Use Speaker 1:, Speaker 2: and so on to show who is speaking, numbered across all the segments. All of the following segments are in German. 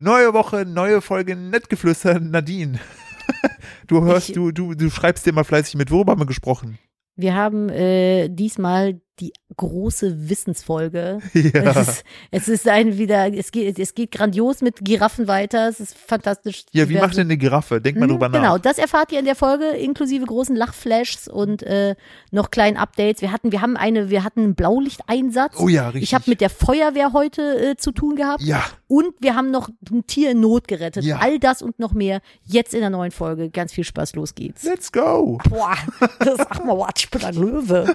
Speaker 1: Neue Woche, neue Folge Nettgeflüster, Nadine. Du hörst,
Speaker 2: Ich-
Speaker 1: du, du, du schreibst dir mal fleißig mit. Worüber haben wir gesprochen?
Speaker 2: Wir haben äh, diesmal die große Wissensfolge.
Speaker 1: Ja.
Speaker 2: Es, ist, es ist ein wieder, es geht, es geht grandios mit Giraffen weiter. Es ist fantastisch.
Speaker 1: Ja, wie
Speaker 2: Wir-
Speaker 1: macht denn eine Giraffe? Denk mal
Speaker 2: Mhm,
Speaker 1: drüber nach.
Speaker 2: Genau, das erfahrt ihr in der Folge, inklusive großen Lachflashs und äh, noch kleinen Updates. Wir hatten, wir haben eine, wir hatten einen Blaulichteinsatz.
Speaker 1: Oh ja, richtig.
Speaker 2: Ich habe mit der Feuerwehr heute äh, zu tun gehabt
Speaker 1: Ja,
Speaker 2: und wir haben noch ein Tier in Not gerettet.
Speaker 1: Ja.
Speaker 2: All das und noch mehr jetzt in der neuen Folge. Ganz viel Spaß, los geht's.
Speaker 1: let's go.
Speaker 2: Boah, das sag mal, what, ich bin ein Löwe.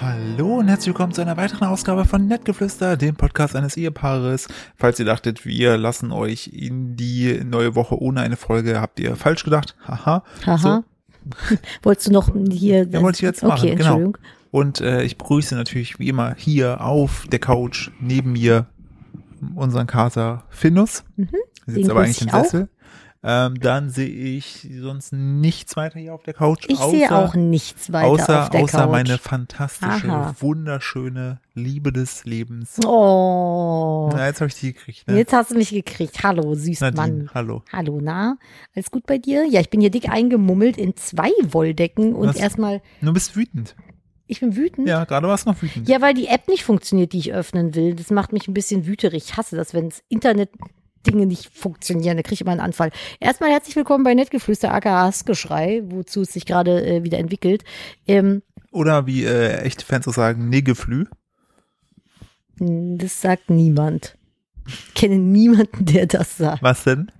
Speaker 1: Hallo und herzlich willkommen zu einer weiteren Ausgabe von Nettgeflüster, dem Podcast eines Ehepaares. Falls ihr dachtet, wir lassen euch in die neue Woche ohne eine Folge, habt ihr falsch gedacht. Haha.
Speaker 2: Haha. Wolltest du noch hier?
Speaker 1: Ja, wollte ich jetzt machen,
Speaker 2: okay,
Speaker 1: genau.
Speaker 2: Entschuldigung.
Speaker 1: Und äh, ich begrüße natürlich wie immer hier auf der Couch neben mir unseren Kater Finus. Mhm,
Speaker 2: den
Speaker 1: sitzt aber
Speaker 2: grüße
Speaker 1: eigentlich im
Speaker 2: ich auch.
Speaker 1: Sessel. Ähm, dann sehe ich sonst nichts weiter hier auf der Couch.
Speaker 2: Ich
Speaker 1: außer,
Speaker 2: sehe auch nichts weiter
Speaker 1: außer,
Speaker 2: auf der
Speaker 1: außer
Speaker 2: Couch.
Speaker 1: meine fantastische,
Speaker 2: Aha.
Speaker 1: wunderschöne Liebe des Lebens.
Speaker 2: oh.
Speaker 1: Na, jetzt habe ich die gekriegt. Ne?
Speaker 2: Jetzt hast du mich gekriegt. Hallo, süß
Speaker 1: Nadine,
Speaker 2: Mann.
Speaker 1: hallo.
Speaker 2: Hallo, na? Alles gut bei dir? Ja, ich bin hier dick eingemummelt in zwei Wolldecken und
Speaker 1: Was?
Speaker 2: erstmal,
Speaker 1: Du bist wütend.
Speaker 2: ich bin wütend.
Speaker 1: Ja, gerade warst du noch wütend.
Speaker 2: Hm. Ja, weil die App nicht funktioniert, die ich öffnen will. Das macht mich ein bisschen wüterig. Ich hasse das, wenn das Internet Dinge nicht funktionieren. Da kriege ich immer einen Anfall. Erstmal herzlich willkommen bei Nettgeflüster, aka Hassgeschrei, wozu es sich gerade äh, wieder entwickelt. Ähm,
Speaker 1: Oder wie äh, echte Fans auch sagen, Negeflü.
Speaker 2: das sagt niemand. Ich kenne niemanden, der das sagt.
Speaker 1: Was denn?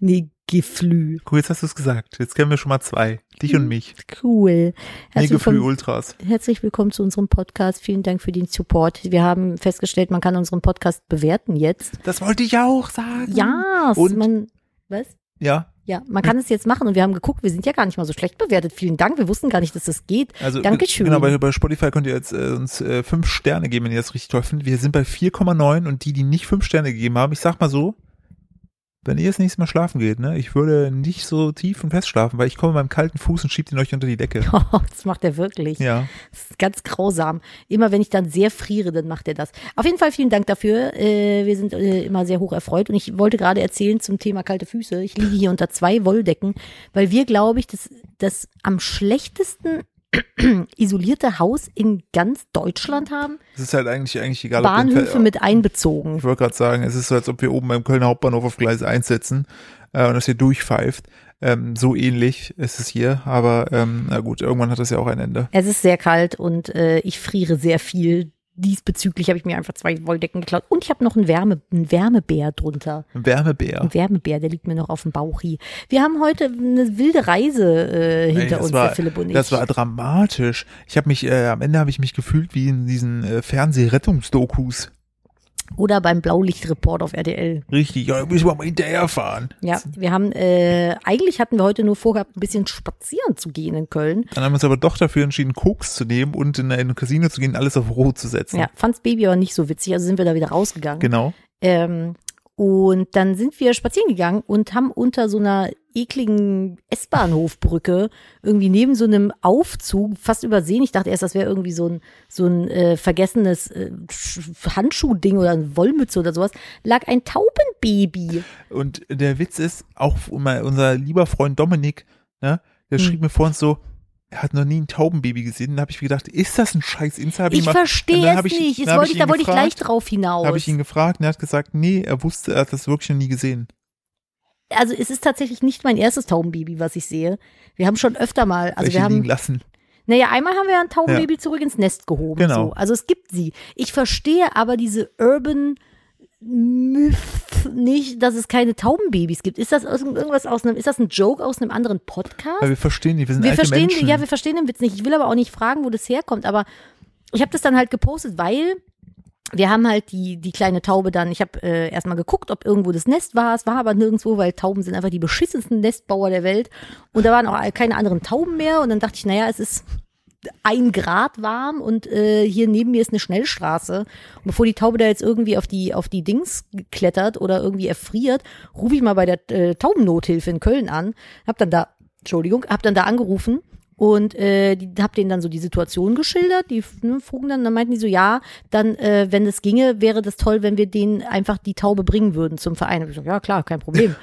Speaker 2: Nee, Geflü.
Speaker 1: Guck, jetzt hast du es gesagt. Jetzt kennen wir schon mal zwei. Dich
Speaker 2: Hm.
Speaker 1: und mich.
Speaker 2: Cool. Herzlich
Speaker 1: Negeflü
Speaker 2: willkommen-
Speaker 1: Ultras.
Speaker 2: Herzlich willkommen zu unserem Podcast. Vielen Dank für den Support. Wir haben festgestellt, man kann unseren Podcast bewerten jetzt.
Speaker 1: Das wollte ich auch sagen.
Speaker 2: Ja,
Speaker 1: Und-
Speaker 2: man was?
Speaker 1: Ja,
Speaker 2: Ja, man kann es jetzt machen und wir haben geguckt, wir sind ja gar nicht mal so schlecht bewertet. Vielen Dank, wir wussten gar nicht, dass das geht.
Speaker 1: also
Speaker 2: Dankeschön.
Speaker 1: genau, bei, bei Spotify könnt ihr jetzt äh, uns äh, fünf Sterne geben, wenn ihr das richtig toll findet. Wir sind bei 4,9 und die, die nicht fünf Sterne gegeben haben, ich sag mal so, wenn ihr das nächste Mal schlafen geht, ne, ich würde nicht so tief und fest schlafen, weil ich komme mit meinem kalten Fuß und schieb den euch unter die Decke.
Speaker 2: Oh, Das macht er wirklich.
Speaker 1: Ja.
Speaker 2: Das ist ganz grausam. Immer wenn ich dann sehr friere, dann macht er das. Auf jeden Fall vielen Dank dafür. Äh, wir sind äh, immer sehr hoch erfreut. Und ich wollte gerade erzählen zum Thema kalte Füße. Ich liege hier unter zwei Wolldecken, weil wir, glaube ich, das, das am schlechtesten isolierte Haus in ganz Deutschland haben.
Speaker 1: Es ist halt eigentlich, eigentlich egal,
Speaker 2: Bahnhöfe
Speaker 1: ob wir
Speaker 2: mit einbezogen.
Speaker 1: Ich wollte gerade sagen, es ist so, als ob wir oben beim Kölner Hauptbahnhof auf Gleis 1 sitzen äh, und das hier durchpfeift. Ähm, so ähnlich ist es hier, aber ähm, na gut, irgendwann hat das ja auch ein Ende.
Speaker 2: Es ist sehr kalt und äh, ich friere sehr viel. Diesbezüglich habe ich mir einfach zwei Wolldecken geklaut. Und ich habe noch einen, Wärme, einen Wärmebär drunter.
Speaker 1: Ein Wärmebär.
Speaker 2: Ein Wärmebär, der liegt mir noch auf dem Bauch hier. Wir haben heute eine wilde Reise äh,
Speaker 1: Ey,
Speaker 2: hinter
Speaker 1: das
Speaker 2: uns,
Speaker 1: war-
Speaker 2: der Philipp und ich.
Speaker 1: Das war dramatisch. Ich habe mich, äh, am Ende habe ich mich gefühlt wie in diesen äh, Fernsehrettungsdokus.
Speaker 2: Oder beim Blaulichtreport auf RTL.
Speaker 1: Richtig, ja, da müssen wir mal hinterherfahren.
Speaker 2: Ja, wir haben, äh, eigentlich hatten wir heute nur vorgehabt, ein bisschen spazieren zu gehen in Köln.
Speaker 1: Dann haben wir uns aber doch dafür entschieden, Koks zu nehmen und in ein Casino zu gehen, alles auf Rot zu setzen.
Speaker 2: Ja, fand's Baby aber nicht so witzig, also sind wir da wieder rausgegangen.
Speaker 1: Genau.
Speaker 2: Ähm, und dann sind wir spazieren gegangen und haben unter so einer ekligen S-Bahnhofbrücke irgendwie neben so einem Aufzug fast übersehen. Ich dachte erst, das wäre irgendwie so ein, so ein äh, vergessenes äh, Sch- Handschuhding oder eine Wollmütze oder sowas. Lag ein Taubenbaby.
Speaker 1: Und der Witz ist, auch mein- unser lieber Freund Dominik, ne,
Speaker 2: Hm.
Speaker 1: der schrieb mir vor uns so, er hat noch nie ein Taubenbaby gesehen. Dann habe ich mir gedacht, ist das ein scheiß Insta? Hab
Speaker 2: Ich
Speaker 1: mal- und
Speaker 2: verstehe
Speaker 1: dann
Speaker 2: es
Speaker 1: hab ich-
Speaker 2: nicht. Jetzt
Speaker 1: dann hab
Speaker 2: wollte ich,
Speaker 1: ihn
Speaker 2: da wollte ich
Speaker 1: gefragt,
Speaker 2: gleich drauf hinaus.
Speaker 1: Habe ich ihn gefragt und er hat gesagt, nee, er wusste, er hat das wirklich noch nie gesehen.
Speaker 2: also es ist tatsächlich nicht mein erstes Taubenbaby, was ich sehe. Wir haben schon öfter mal, also
Speaker 1: Welche
Speaker 2: wir haben
Speaker 1: liegen lassen.
Speaker 2: Naja, einmal haben wir ein Taubenbaby zurück ins Nest gehoben.
Speaker 1: Genau.
Speaker 2: So. Also es gibt sie. Ich verstehe aber diese Urban Myth nicht, dass es keine Taubenbabys gibt. Ist das aus, irgendwas aus einem, ist das ein Joke aus einem anderen
Speaker 1: Aber
Speaker 2: Podcast?
Speaker 1: wir verstehen nicht, wir sind
Speaker 2: Wir
Speaker 1: alte
Speaker 2: verstehen,
Speaker 1: Menschen.
Speaker 2: ja, wir verstehen den Witz nicht. Ich will aber auch nicht fragen, wo das herkommt, aber ich habe das dann halt gepostet, weil wir haben halt die, die kleine Taube dann, ich habe äh, erstmal geguckt, ob irgendwo das Nest war, es war aber nirgendwo, weil Tauben sind einfach die beschissensten Nestbauer der Welt und da waren auch keine anderen Tauben mehr und dann dachte ich, naja, es ist ein Grad warm und äh, hier neben mir ist eine Schnellstraße. Und bevor die Taube da jetzt irgendwie auf die, auf die Dings klettert oder irgendwie erfriert, rufe ich mal bei der äh, Taubennothilfe in Köln an. Hab dann da, Entschuldigung, hab dann da angerufen Und äh, die, hab denen dann so die Situation geschildert, die ne, frugen dann, dann meinten die so, ja, dann, äh, wenn es ginge, wäre das toll, wenn wir denen einfach die Taube bringen würden zum Verein. Hab ich gesagt, ja klar, kein Problem.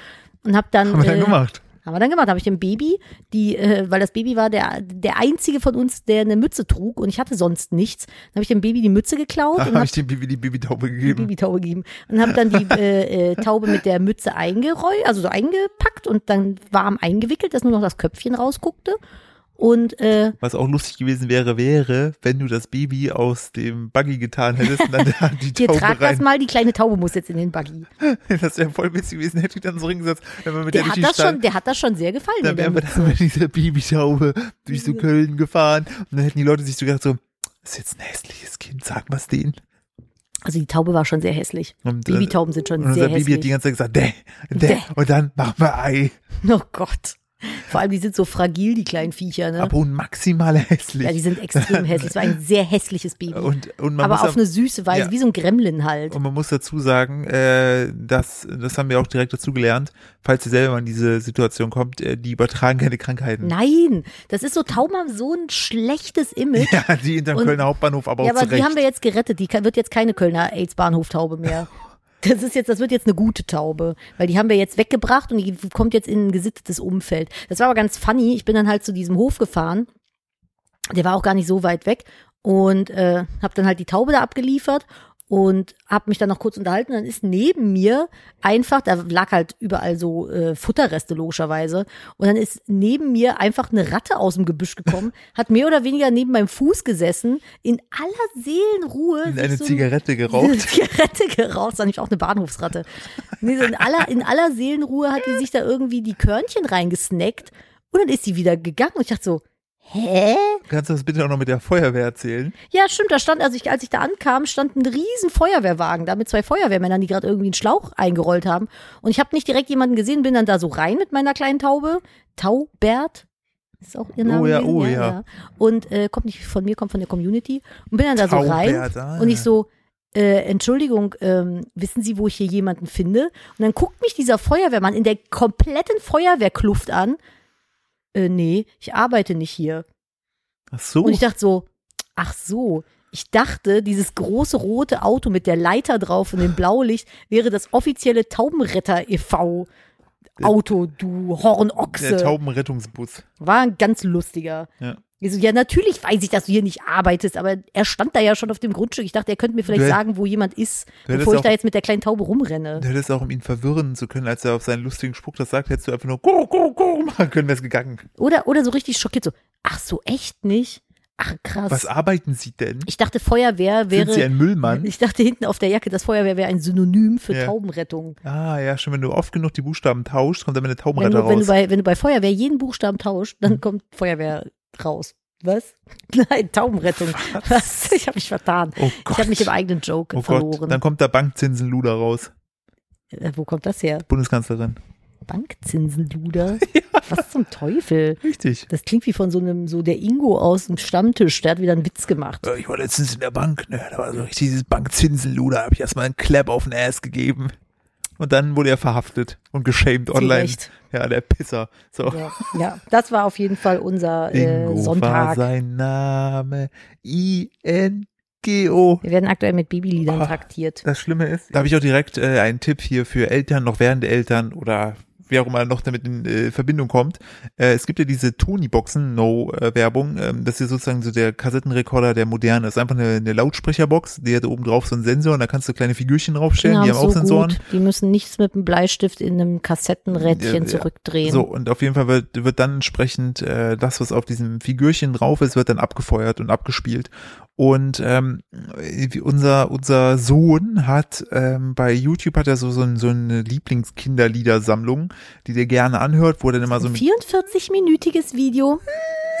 Speaker 2: Und hab dann,
Speaker 1: Haben wir dann
Speaker 2: äh,
Speaker 1: gemacht.
Speaker 2: haben wir dann gemacht. Habe ich dem Baby, die, äh, weil das Baby war der, der einzige von uns, der eine Mütze trug und ich hatte sonst nichts. Dann habe ich dem Baby die Mütze geklaut
Speaker 1: Da
Speaker 2: und
Speaker 1: habe
Speaker 2: habe
Speaker 1: ich dem Bibi die Bibi-Taube
Speaker 2: die
Speaker 1: gegeben.
Speaker 2: Babytaube gegeben und habe dann die äh, äh, Taube mit der Mütze eingerollt, also so eingepackt und dann warm eingewickelt, dass nur noch das Köpfchen rausguckte. Und äh,
Speaker 1: Was auch lustig gewesen wäre, wäre, wenn du das Baby aus dem Buggy getan hättest und dann da die
Speaker 2: hier
Speaker 1: Taube
Speaker 2: trag das
Speaker 1: rein.
Speaker 2: mal, die kleine Taube muss jetzt in den Buggy.
Speaker 1: Das, wäre voll witzig gewesen, hätte ich dann so hingesetzt, wenn man mit
Speaker 2: Der
Speaker 1: der
Speaker 2: hat
Speaker 1: durch die
Speaker 2: das schon,
Speaker 1: Stadt,
Speaker 2: der hat das schon sehr gefallen.
Speaker 1: dann
Speaker 2: mit
Speaker 1: wären
Speaker 2: Mhm. der
Speaker 1: wir
Speaker 2: Mütze.
Speaker 1: dann mit dieser Baby-Taube durch so Köln gefahren und dann hätten die Leute sich so gedacht so, das ist jetzt ein hässliches Kind, sag mal's denen.
Speaker 2: Also die Taube war schon sehr hässlich.
Speaker 1: Und, äh,
Speaker 2: Babytauben sind schon
Speaker 1: Und unser
Speaker 2: sehr
Speaker 1: Baby hat die
Speaker 2: hässlich.
Speaker 1: ganze Zeit gesagt, däh, däh,
Speaker 2: Däh.
Speaker 1: und dann machen wir Ei.
Speaker 2: Oh Gott. Vor allem, die sind so fragil, die kleinen Viecher, ne?
Speaker 1: Aber und maximal hässlich.
Speaker 2: Ja, die sind extrem hässlich. Es war ein sehr hässliches Baby.
Speaker 1: und, und man
Speaker 2: aber
Speaker 1: muss
Speaker 2: auf
Speaker 1: am-
Speaker 2: eine süße Weise,
Speaker 1: Ja. Oh.
Speaker 2: wie so ein Gremlin halt.
Speaker 1: Und man muss dazu sagen, äh, dass, das haben wir auch direkt dazu gelernt, falls ihr selber in diese Situation kommt, äh, die übertragen keine Krankheiten.
Speaker 2: Nein, das ist so Tauma so ein schlechtes Image.
Speaker 1: Ja, die hinterm
Speaker 2: Und-
Speaker 1: Kölner Hauptbahnhof, aber
Speaker 2: Ja,
Speaker 1: auch
Speaker 2: aber die
Speaker 1: zurecht.
Speaker 2: haben wir jetzt gerettet. Die kann- wird jetzt keine Kölner AIDS-Bahnhoftaube mehr. Das ist jetzt, das wird jetzt eine gute Taube, weil die haben wir jetzt weggebracht und die kommt jetzt in ein gesittetes Umfeld. Das war aber ganz funny. Ich bin dann halt zu diesem Hof gefahren. Der war auch gar nicht so weit weg und äh, habe dann halt die Taube da abgeliefert und habe mich dann noch kurz unterhalten. Dann ist neben mir einfach, da lag halt überall so äh, Futterreste logischerweise und dann ist neben mir einfach eine Ratte aus dem Gebüsch gekommen, hat mehr oder weniger neben meinem Fuß gesessen, in aller Seelenruhe
Speaker 1: Und
Speaker 2: sich
Speaker 1: eine
Speaker 2: so ein-
Speaker 1: Zigarette geraucht.
Speaker 2: eine Zigarette geraucht, sondern ich auch eine Bahnhofsratte. Nee, so in, aller, in aller Seelenruhe hat die sich da irgendwie die Körnchen reingesnackt und dann ist sie wieder gegangen und ich dachte so, hä?
Speaker 1: Kannst du das bitte auch noch mit der Feuerwehr erzählen?
Speaker 2: Ja, stimmt, da stand, als ich, als ich da ankam, stand ein riesen Feuerwehrwagen da mit zwei Feuerwehrmännern, die gerade irgendwie einen Schlauch eingerollt haben. Und ich habe nicht direkt jemanden gesehen, bin dann da so rein mit meiner kleinen Taube. Taubert. Ist auch ihr Name.
Speaker 1: Oh ja,
Speaker 2: gewesen?
Speaker 1: oh ja.
Speaker 2: Und äh, kommt nicht von mir, kommt von der Community. Und bin dann da so rein.
Speaker 1: Taubert, ah.
Speaker 2: Und ich so, äh, Entschuldigung, ähm, wissen Sie, wo ich hier jemanden finde? Und dann guckt mich dieser Feuerwehrmann in der kompletten Feuerwehrkluft an. Äh, nee, ich arbeite nicht hier.
Speaker 1: Ach so.
Speaker 2: Und ich dachte so, ach so, ich dachte, dieses große rote Auto mit der Leiter drauf und dem Blaulicht wäre das offizielle Taubenretter e.V. Auto, du
Speaker 1: der
Speaker 2: Hornochse.
Speaker 1: Taubenrettungsbus.
Speaker 2: War ein ganz lustiger.
Speaker 1: Ja.
Speaker 2: Ich so, ja, natürlich weiß ich, dass du hier nicht arbeitest, aber er stand da ja schon auf dem Grundstück. Ich dachte, er könnte mir vielleicht
Speaker 1: Du hätt-
Speaker 2: sagen, wo jemand ist,
Speaker 1: Du hättest
Speaker 2: bevor ich da
Speaker 1: auch-
Speaker 2: jetzt mit der kleinen Taube rumrenne.
Speaker 1: Du hättest auch, um ihn verwirren zu können, als er auf seinen lustigen Spruch das sagt, hättest du einfach nur Gurr, Gurr, Gurr machen können, wär's gegangen.
Speaker 2: Oder, oder so richtig schockiert, so, ach so, echt nicht? Ach krass.
Speaker 1: Was arbeiten sie denn?
Speaker 2: ich dachte, Feuerwehr wäre.
Speaker 1: Sind sie ein Müllmann?
Speaker 2: Ich dachte hinten auf der Jacke, das Feuerwehr wäre ein Synonym für
Speaker 1: Ja.
Speaker 2: Taubenrettung.
Speaker 1: Ah, ja, schon, wenn du oft genug die Buchstaben tauschst, kommt dann eine
Speaker 2: Wenn
Speaker 1: Taubenretter
Speaker 2: du, wenn, du
Speaker 1: raus.
Speaker 2: bei, wenn du bei Feuerwehr jeden Buchstaben tauscht,
Speaker 1: Hm.
Speaker 2: dann kommt Feuerwehr raus. Was? Nein, Taubenrettung. Was? Ich habe mich vertan.
Speaker 1: Oh
Speaker 2: Ich
Speaker 1: Gott.
Speaker 2: habe mich im eigenen Joke
Speaker 1: Oh Gott,
Speaker 2: verloren.
Speaker 1: dann kommt der Bankzinsenluder raus.
Speaker 2: äh, wo kommt das her?
Speaker 1: Bundeskanzlerin.
Speaker 2: Bankzinsenluder? Was zum Teufel?
Speaker 1: Richtig.
Speaker 2: Das klingt wie von so einem, so der Ingo aus dem Stammtisch. Der hat wieder einen Witz gemacht.
Speaker 1: Äh, Ich war letztens in der Bank, ne? Da war so richtig dieses Bankzinsenluder, habe ich erstmal einen Clap auf den Ass gegeben. Und dann wurde er verhaftet und geschämt Äh, online.
Speaker 2: Recht.
Speaker 1: Ja, der Pisser. So.
Speaker 2: Ja, ja, das war auf jeden Fall unser äh,
Speaker 1: Ingo war
Speaker 2: Sonntag.
Speaker 1: sein Name. I-N-G-O.
Speaker 2: Wir werden aktuell mit Babyliedern
Speaker 1: Ah.
Speaker 2: traktiert.
Speaker 1: Das Schlimme ist. Da habe ich auch direkt äh, einen Tipp hier für Eltern, noch werdende Eltern oder wer auch immer noch damit in äh, Verbindung kommt. Äh, es gibt ja diese Tony-Boxen, No-Werbung. ähm, das ist sozusagen so der Kassettenrekorder der moderne. ist einfach eine, eine Lautsprecherbox, die hat oben drauf so einen Sensor und da kannst du kleine Figürchen draufstellen, die haben auch
Speaker 2: Genau, so
Speaker 1: Sensoren.
Speaker 2: Gut. Die müssen nichts mit einem Bleistift in einem Kassettenrädchen
Speaker 1: Ja, ja.
Speaker 2: zurückdrehen.
Speaker 1: So, und auf jeden Fall wird, wird dann entsprechend äh, das, was auf diesem Figürchen drauf ist, wird dann abgefeuert und abgespielt. Und ähm, wie unser, unser Sohn hat ähm, bei YouTube hat er so, so, ein, so eine Lieblingskinderliedersammlung, die der gerne anhört, wo er dann immer so
Speaker 2: Ein
Speaker 1: also mit,
Speaker 2: 44-minütiges Video.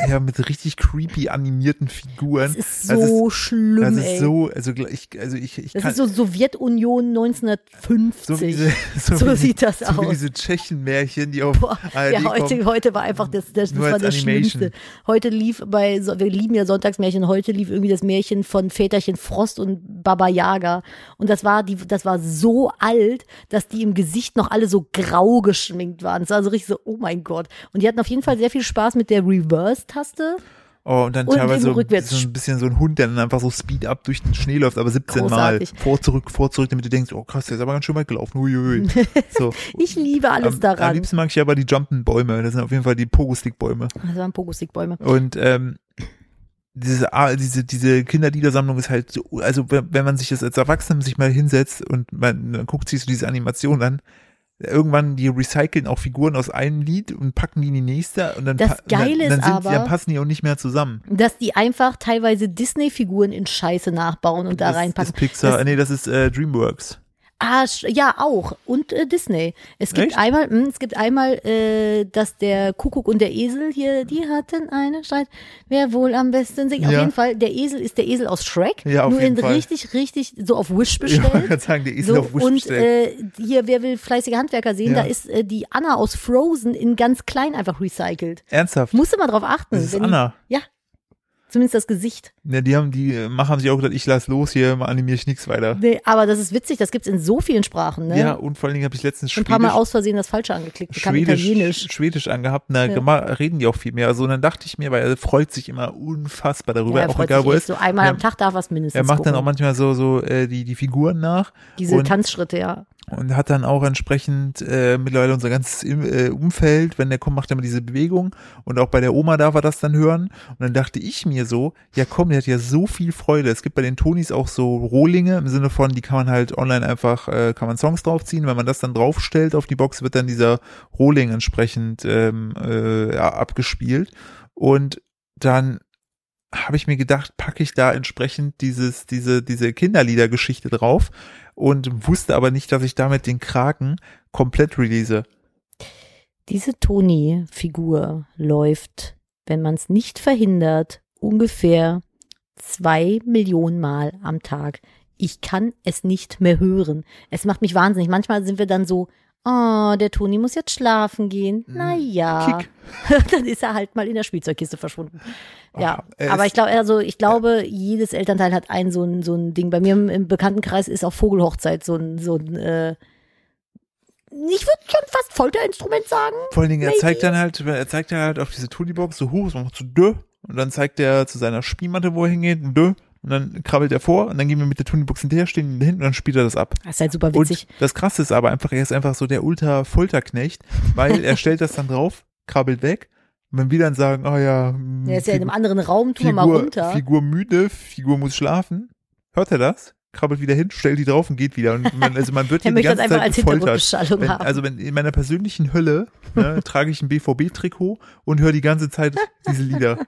Speaker 1: ja, mit richtig creepy animierten Figuren.
Speaker 2: Das ist so schlimm,
Speaker 1: das
Speaker 2: ey.
Speaker 1: ist so, also gl- ich, also ich, ich
Speaker 2: das
Speaker 1: kann
Speaker 2: ist so Sowjetunion 1950.
Speaker 1: so wie diese, so,
Speaker 2: So
Speaker 1: wie,
Speaker 2: sieht das
Speaker 1: so wie
Speaker 2: aus.
Speaker 1: diese Tschechenmärchen, Ah, die auf
Speaker 2: Boah,
Speaker 1: ARD
Speaker 2: ja,
Speaker 1: kommen.
Speaker 2: heute, heute war einfach das, das, das
Speaker 1: Nur
Speaker 2: war
Speaker 1: als
Speaker 2: das
Speaker 1: Animation.
Speaker 2: Schlimmste. Heute lief bei, so- wir lieben ja Sonntagsmärchen, heute lief irgendwie das Märchen von Väterchen Frost und Baba Yaga. Und das war, die, das war so alt, dass die im Gesicht noch alle so grau geschminkt waren. Es war so richtig so, oh mein Gott. Und die hatten auf jeden Fall sehr viel Spaß mit der Reverse Bremstaste.
Speaker 1: Oh, und dann
Speaker 2: Und
Speaker 1: teilweise so,
Speaker 2: eben rückwärts.
Speaker 1: so ein bisschen so ein Hund, der dann einfach so Speed up durch den Schnee läuft, aber 17
Speaker 2: Großartig.
Speaker 1: Mal. Vor, zurück, vor, zurück, damit du denkst, oh krass, der ist aber ganz schön weit gelaufen. Uiuiui. So.
Speaker 2: Ich liebe alles
Speaker 1: am, Am
Speaker 2: daran.
Speaker 1: liebsten mag ich aber die Jumpen-Bäume. Das sind auf jeden Fall die Pogo-Stick-Bäume.
Speaker 2: Das waren Pogo-Stick-Bäume.
Speaker 1: Und ähm, diese, A- diese, diese Kinderliedersammlung ist halt so, also wenn wenn man sich das als Erwachsener sich mal hinsetzt und man, man guckt sich so diese Animation an, irgendwann die recyceln auch Figuren aus einem Lied und packen die in die nächste und dann,
Speaker 2: Das
Speaker 1: pa- dann,
Speaker 2: Geile ist
Speaker 1: dann, sind
Speaker 2: aber-
Speaker 1: die, dann passen die auch nicht mehr zusammen.
Speaker 2: Dass die einfach teilweise Disney-Figuren in Scheiße nachbauen und da
Speaker 1: das
Speaker 2: reinpacken.
Speaker 1: ist Pixar,
Speaker 2: Das-
Speaker 1: nee, das ist äh, DreamWorks.
Speaker 2: Ah, sch- ja, auch. Und äh, Disney. Es gibt
Speaker 1: Echt?
Speaker 2: einmal, mh, es gibt einmal, äh, dass der Kuckuck und der Esel hier, die hatten einen Streit. Wer wohl am besten singt? Auf
Speaker 1: Ja.
Speaker 2: jeden Fall, der Esel ist der Esel aus Shrek.
Speaker 1: Ja, auf
Speaker 2: nur
Speaker 1: jeden
Speaker 2: in
Speaker 1: Fall.
Speaker 2: richtig, richtig so auf Wish
Speaker 1: Ich wollte
Speaker 2: bestellt.
Speaker 1: gerade sagen, der Esel
Speaker 2: so,
Speaker 1: auf Wish
Speaker 2: und
Speaker 1: bestellt.
Speaker 2: äh, hier, wer will fleißige Handwerker sehen,
Speaker 1: Ja.
Speaker 2: da ist äh, die Anna aus Frozen in ganz klein einfach recycelt.
Speaker 1: Ernsthaft,
Speaker 2: Musst du mal drauf achten.
Speaker 1: das ist
Speaker 2: wenn
Speaker 1: Anna.
Speaker 2: Die, ja, zumindest das Gesicht.
Speaker 1: Ja, die haben, die äh, machen sich auch gedacht, ich lass los hier, mal animiere ich nix weiter.
Speaker 2: Nee, aber das ist witzig, das gibt's in so vielen Sprachen. Ne?
Speaker 1: Ja, und vor allen Dingen habe ich letztens
Speaker 2: Ein paar Mal
Speaker 1: Schwedisch
Speaker 2: aus Versehen das Falsche angeklickt. Bekam Italienisch.
Speaker 1: Schwedisch, Schwedisch angehabt, na, gema- reden die auch viel mehr. Also und dann dachte ich mir, weil er freut sich immer unfassbar darüber,
Speaker 2: Ja, er
Speaker 1: auch
Speaker 2: freut
Speaker 1: egal
Speaker 2: sich
Speaker 1: wo er
Speaker 2: echt
Speaker 1: ist.
Speaker 2: So einmal
Speaker 1: Ja.
Speaker 2: am Tag darf was mindestens.
Speaker 1: Er macht dann auch
Speaker 2: gucken.
Speaker 1: manchmal so so äh, die die Figuren nach
Speaker 2: diese
Speaker 1: und,
Speaker 2: Tanzschritte, ja.
Speaker 1: und hat dann auch entsprechend äh, mittlerweile unser ganzes Im- äh, Umfeld, wenn der kommt, macht er immer diese Bewegung und auch bei der Oma darf er das dann hören und dann dachte ich mir so, ja komm, der hat ja so viel Freude. Es gibt bei den Tonis auch so Rohlinge im Sinne von, die kann man halt online einfach äh, kann man Songs draufziehen, wenn man das dann draufstellt auf die Box wird dann dieser Rohling entsprechend ähm, äh, ja, abgespielt und dann habe ich mir gedacht, packe ich da entsprechend dieses, diese, diese Kinderliedergeschichte drauf und wusste aber nicht, dass ich damit den Kraken komplett release.
Speaker 2: Diese Toni-Figur läuft, wenn man es nicht verhindert, ungefähr zwei Millionen Mal am Tag. Ich kann es nicht mehr hören. Es macht mich wahnsinnig. Manchmal sind wir dann so, oh, der Toni muss jetzt schlafen gehen. Naja.
Speaker 1: Hm. Kick.
Speaker 2: dann ist er halt mal in der Spielzeugkiste verschwunden. Ja,
Speaker 1: Ah, er
Speaker 2: aber
Speaker 1: ist-
Speaker 2: ich glaube, also ich glaube, jedes Elternteil hat ein so ein, so ein Ding. Bei mir im, im Bekanntenkreis ist auch Vogelhochzeit so ein, so ein äh, ich würde schon fast Folterinstrument sagen.
Speaker 1: Vor allen Dingen, er
Speaker 2: Maybe.
Speaker 1: zeigt dann halt, er zeigt dann halt auf diese Tunibox so hoch, so macht so dö, und dann zeigt er zu seiner Spielmatte, wo er hingeht, und dö, und dann krabbelt er vor, und dann gehen wir mit der Tunibox hinterher, stehen hinten, und dann spielt er das ab.
Speaker 2: Das ist halt super witzig.
Speaker 1: Und das Krasse ist aber einfach, er ist einfach so der Ultra-Folterknecht, weil er stellt das dann drauf, krabbelt weg, und wenn wir dann sagen, oh ja, hm,
Speaker 2: Der ist ja in
Speaker 1: Figur-
Speaker 2: einem anderen Raum, tun wir mal runter.
Speaker 1: Figur müde, Figur muss schlafen. Hört er das? Krabbelt wieder hin, stellt die drauf und geht wieder. Und man, also man wird hier
Speaker 2: Er
Speaker 1: die
Speaker 2: möchte das
Speaker 1: ganze
Speaker 2: einfach
Speaker 1: Zeit
Speaker 2: als
Speaker 1: gefoltert.
Speaker 2: Hintergrundbeschallung
Speaker 1: Wenn,
Speaker 2: haben.
Speaker 1: also wenn in meiner persönlichen Hölle ne, trage ich ein BVB-Trikot und höre die ganze Zeit diese
Speaker 2: Äh,
Speaker 1: Lieder.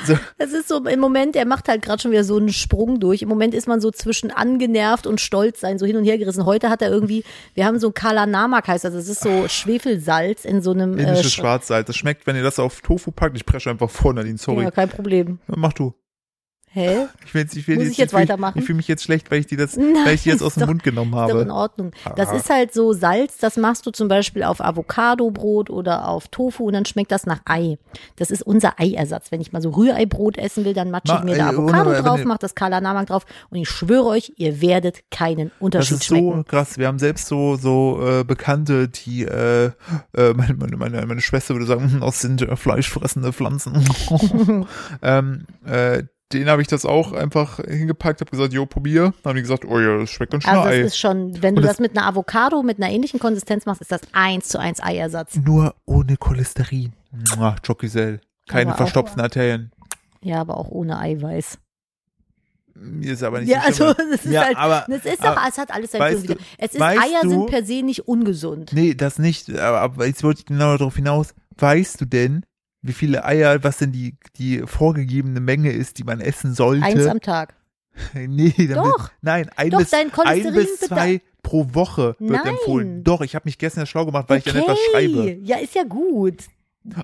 Speaker 1: Also,
Speaker 2: Es ist so im Moment, er macht halt gerade schon wieder so einen Sprung durch. Im Moment ist man so zwischen angenervt und stolz sein, so hin und her gerissen. Heute hat er irgendwie, wir haben so Kala Namak heißt das, es ist so Schwefelsalz in so einem äh,
Speaker 1: indisches
Speaker 2: Sch-
Speaker 1: Schwarzsalz. Das schmeckt, wenn ihr das auf Tofu packt. Ich presche einfach vor, Nadine, sorry.
Speaker 2: Ja, kein Problem.
Speaker 1: Mach du.
Speaker 2: Hä?
Speaker 1: Ich will jetzt, ich will
Speaker 2: Muss
Speaker 1: jetzt,
Speaker 2: ich jetzt
Speaker 1: fühl mich-
Speaker 2: weitermachen?
Speaker 1: Ich fühle mich jetzt schlecht, weil ich dir das,
Speaker 2: Nein,
Speaker 1: weil ich dir das
Speaker 2: ist
Speaker 1: aus dem
Speaker 2: doch-
Speaker 1: Mund genommen
Speaker 2: Ist doch in
Speaker 1: habe.
Speaker 2: Ordnung. Das
Speaker 1: Ah.
Speaker 2: ist halt so Salz, das machst du zum Beispiel auf Avocado-Brot oder auf Tofu und dann schmeckt das nach Ei. Das ist unser Eiersatz. Wenn ich mal so Rührei-Brot essen will, dann matsche
Speaker 1: Ma-
Speaker 2: ich mir da
Speaker 1: äh,
Speaker 2: Avocado
Speaker 1: wunderbar,
Speaker 2: drauf,
Speaker 1: wenn-
Speaker 2: mach das Kala Namak drauf und ich schwöre euch, ihr werdet keinen
Speaker 1: Das
Speaker 2: Unterschied
Speaker 1: ist
Speaker 2: schmecken.
Speaker 1: so krass. Wir haben selbst so, so äh, Bekannte, die äh, äh, meine, meine, meine, meine Schwester würde sagen, "Hm, das sind äh, fleischfressende Pflanzen. ähm, äh, den habe ich das auch einfach hingepackt, habe gesagt, jo, probier. Dann haben die gesagt, oh ja, das schmeckt ganz schön
Speaker 2: Also
Speaker 1: nach
Speaker 2: das
Speaker 1: Ei.
Speaker 2: ist schon, wenn du
Speaker 1: Und
Speaker 2: das,
Speaker 1: das-
Speaker 2: mit einer Avocado, mit einer ähnlichen Konsistenz machst, ist das eins zu eins Eiersatz.
Speaker 1: Nur ohne Cholesterin. Mua, Jokisel. Keine
Speaker 2: Aber auch-
Speaker 1: verstopften Arterien.
Speaker 2: Ja, aber auch ohne Eiweiß.
Speaker 1: Mir ist aber nicht
Speaker 2: Ja,
Speaker 1: so schlimm.
Speaker 2: also das ist
Speaker 1: ja,
Speaker 2: halt,
Speaker 1: aber,
Speaker 2: das ist
Speaker 1: aber-
Speaker 2: doch, es hat alles sein
Speaker 1: weißt
Speaker 2: Grund wieder.
Speaker 1: du-
Speaker 2: Es ist,
Speaker 1: weißt
Speaker 2: Eier
Speaker 1: du-
Speaker 2: sind per se nicht ungesund.
Speaker 1: Nee, das nicht. Aber, aber jetzt wollte ich genau darauf hinaus. Weißt du denn, wie viele Eier, was denn die, die vorgegebene Menge ist, die man essen sollte?
Speaker 2: Eins am Tag.
Speaker 1: nee, dann
Speaker 2: Doch.
Speaker 1: Bis, nein, ein
Speaker 2: Doch,
Speaker 1: bis,
Speaker 2: dein
Speaker 1: ein bis
Speaker 2: Cholesterinbedarf-
Speaker 1: zwei pro Woche wird
Speaker 2: Nein.
Speaker 1: empfohlen. Doch, ich habe mich gestern ja schlau gemacht, weil ich dann etwas schreibe.
Speaker 2: Ja, ist ja gut.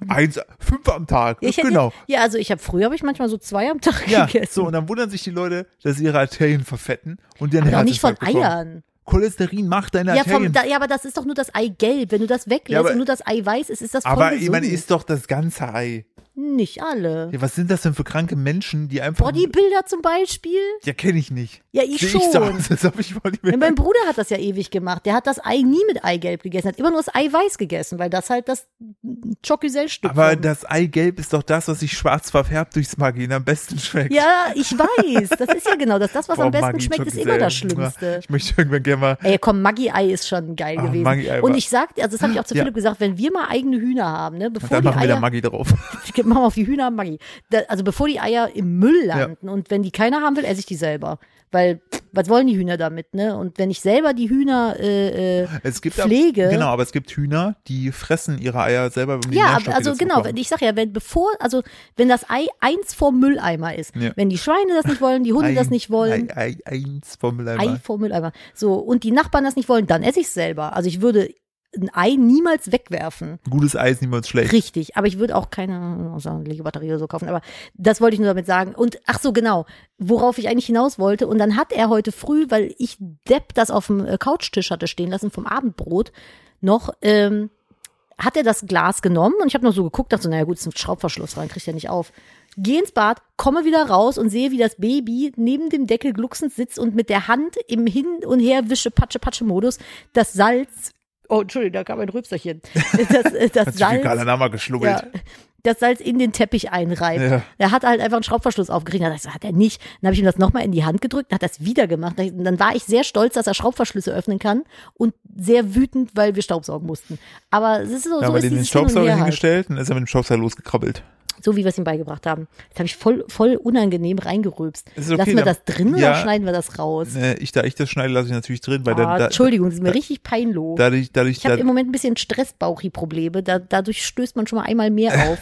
Speaker 1: Eins, fünf am Tag.
Speaker 2: Ich hätte,
Speaker 1: genau.
Speaker 2: Ja, also ich habe früher habe ich manchmal so zwei am Tag
Speaker 1: Ja,
Speaker 2: gegessen.
Speaker 1: so, und dann wundern sich die Leute, dass ihre Arterien verfetten und dann
Speaker 2: aber auch nicht von
Speaker 1: Herzinfarkt halt bekommen.
Speaker 2: Eiern.
Speaker 1: Cholesterin macht deine
Speaker 2: Ja, vom,
Speaker 1: Arterien
Speaker 2: da, ja, aber das ist doch nur das Eigelb. Wenn du das weglässt
Speaker 1: Ja, aber-
Speaker 2: und nur das Ei weiß ist, ist das voll
Speaker 1: Aber ich
Speaker 2: gesund.
Speaker 1: meine, ist doch das ganze Ei.
Speaker 2: Nicht alle.
Speaker 1: Ja, was sind das denn für kranke Menschen, die einfach.
Speaker 2: Bodybuilder zum Beispiel?
Speaker 1: ja, kenne ich nicht.
Speaker 2: Ja, ich
Speaker 1: Seh
Speaker 2: schon.
Speaker 1: Ich da, das habe ich
Speaker 2: Ja,
Speaker 1: Bodybuilder.
Speaker 2: mein Bruder hat das ja ewig gemacht. Der hat das Ei nie mit Eigelb gegessen, hat immer nur das Eiweiß gegessen, weil das halt das Chocusel-Stück
Speaker 1: Aber
Speaker 2: war.
Speaker 1: das Eigelb ist doch das, was sich schwarz verfärbt durchs Maggi und am besten schmeckt.
Speaker 2: Ja, ich weiß. Das ist ja genau das. Das, was
Speaker 1: Boah,
Speaker 2: am besten
Speaker 1: Maggi
Speaker 2: schmeckt, ist
Speaker 1: Chocosel.
Speaker 2: immer das Schlimmste.
Speaker 1: Ich möchte irgendwann gerne mal.
Speaker 2: Ey, komm, Maggi-Ei ist schon geil
Speaker 1: Ah,
Speaker 2: gewesen.
Speaker 1: Maggi-Ei
Speaker 2: und
Speaker 1: war-
Speaker 2: ich sag, also das habe ich auch zu
Speaker 1: Ja.
Speaker 2: Philipp gesagt, wenn wir mal eigene Hühner haben, ne, bevor
Speaker 1: Dann
Speaker 2: die
Speaker 1: machen wir da
Speaker 2: Eier,
Speaker 1: Maggi drauf.
Speaker 2: machen wir auf die Hühner Maggi, da, also bevor die Eier im Müll landen und wenn die keiner haben will, esse ich die selber, weil pff, was wollen die Hühner damit, ne? Und wenn ich selber die Hühner äh, äh,
Speaker 1: Es gibt ab-
Speaker 2: Pflege,
Speaker 1: Genau, aber es gibt Hühner, die fressen ihre Eier selber. Um die
Speaker 2: Ja,
Speaker 1: Nährstoffe
Speaker 2: ab- also
Speaker 1: dazu
Speaker 2: genau,
Speaker 1: bekommen.
Speaker 2: wenn- ich sag ja, wenn bevor, also wenn das Ei eins vorm Mülleimer ist,
Speaker 1: Ja.
Speaker 2: wenn die Schweine das nicht wollen, die Hunde das
Speaker 1: Ein-
Speaker 2: nicht wollen,
Speaker 1: Ei, Ei, eins vom
Speaker 2: Ei,
Speaker 1: Mülleimer.
Speaker 2: vorm Mülleimer, so und die Nachbarn das nicht wollen, dann esse ich es selber. Also ich würde ein Ei niemals wegwerfen.
Speaker 1: Gutes Ei ist niemals schlecht.
Speaker 2: Richtig, aber ich würde auch keine außer Legebatterie oder so kaufen, aber das wollte ich nur damit sagen. Und ach so, genau, worauf ich eigentlich hinaus wollte. Und dann hat er heute früh, weil ich Depp das auf dem äh, Couchtisch hatte stehen lassen vom Abendbrot noch, ähm, hat er das Glas genommen und ich habe noch so geguckt, dachte so, naja gut, ist ein Schraubverschluss rein, kriegt er nicht auf. Geh ins Bad, komme wieder raus und sehe, wie das Baby neben dem Deckel glucksend sitzt und mit der Hand im Hin- und Her-Wische-Patsche-Patsche-Modus das Salz, oh, Entschuldigung, da kam ein Rübserchen, das, äh, das
Speaker 1: Hat sich viel
Speaker 2: Salz
Speaker 1: Galanama geschlubbelt.
Speaker 2: ja, das Salz in den Teppich einreibt.
Speaker 1: Ja.
Speaker 2: Er hat halt einfach einen Schraubverschluss aufgerieben. Das hat er nicht. Dann habe ich ihm das nochmal in die Hand gedrückt, dann hat das wieder gemacht. Dann dann war ich sehr stolz, dass er Schraubverschlüsse öffnen kann und sehr wütend, weil wir Staubsaugen mussten. Aber es ist so,
Speaker 1: Da
Speaker 2: so
Speaker 1: haben wir
Speaker 2: ist
Speaker 1: den in den
Speaker 2: dieses Hin und
Speaker 1: Staubsauger
Speaker 2: Her halt.
Speaker 1: hingestellt und ist er mit dem Staubsauger losgekrabbelt.
Speaker 2: So wie wir es ihm beigebracht haben. Jetzt habe ich voll, voll unangenehm reingerülpst.
Speaker 1: Ist okay,
Speaker 2: Lassen wir
Speaker 1: dann-
Speaker 2: das drin
Speaker 1: Ja.
Speaker 2: oder schneiden wir das raus?
Speaker 1: Äh, Ich, da ich das schneide, lasse ich natürlich drin, weil
Speaker 2: Ah,
Speaker 1: dann, da,
Speaker 2: Entschuldigung, das ist mir richtig peinlich.
Speaker 1: dadurch, dadurch,
Speaker 2: ich habe
Speaker 1: da,
Speaker 2: im Moment ein bisschen Stressbauchi-Probleme. Da, dadurch stößt man schon mal einmal mehr auf.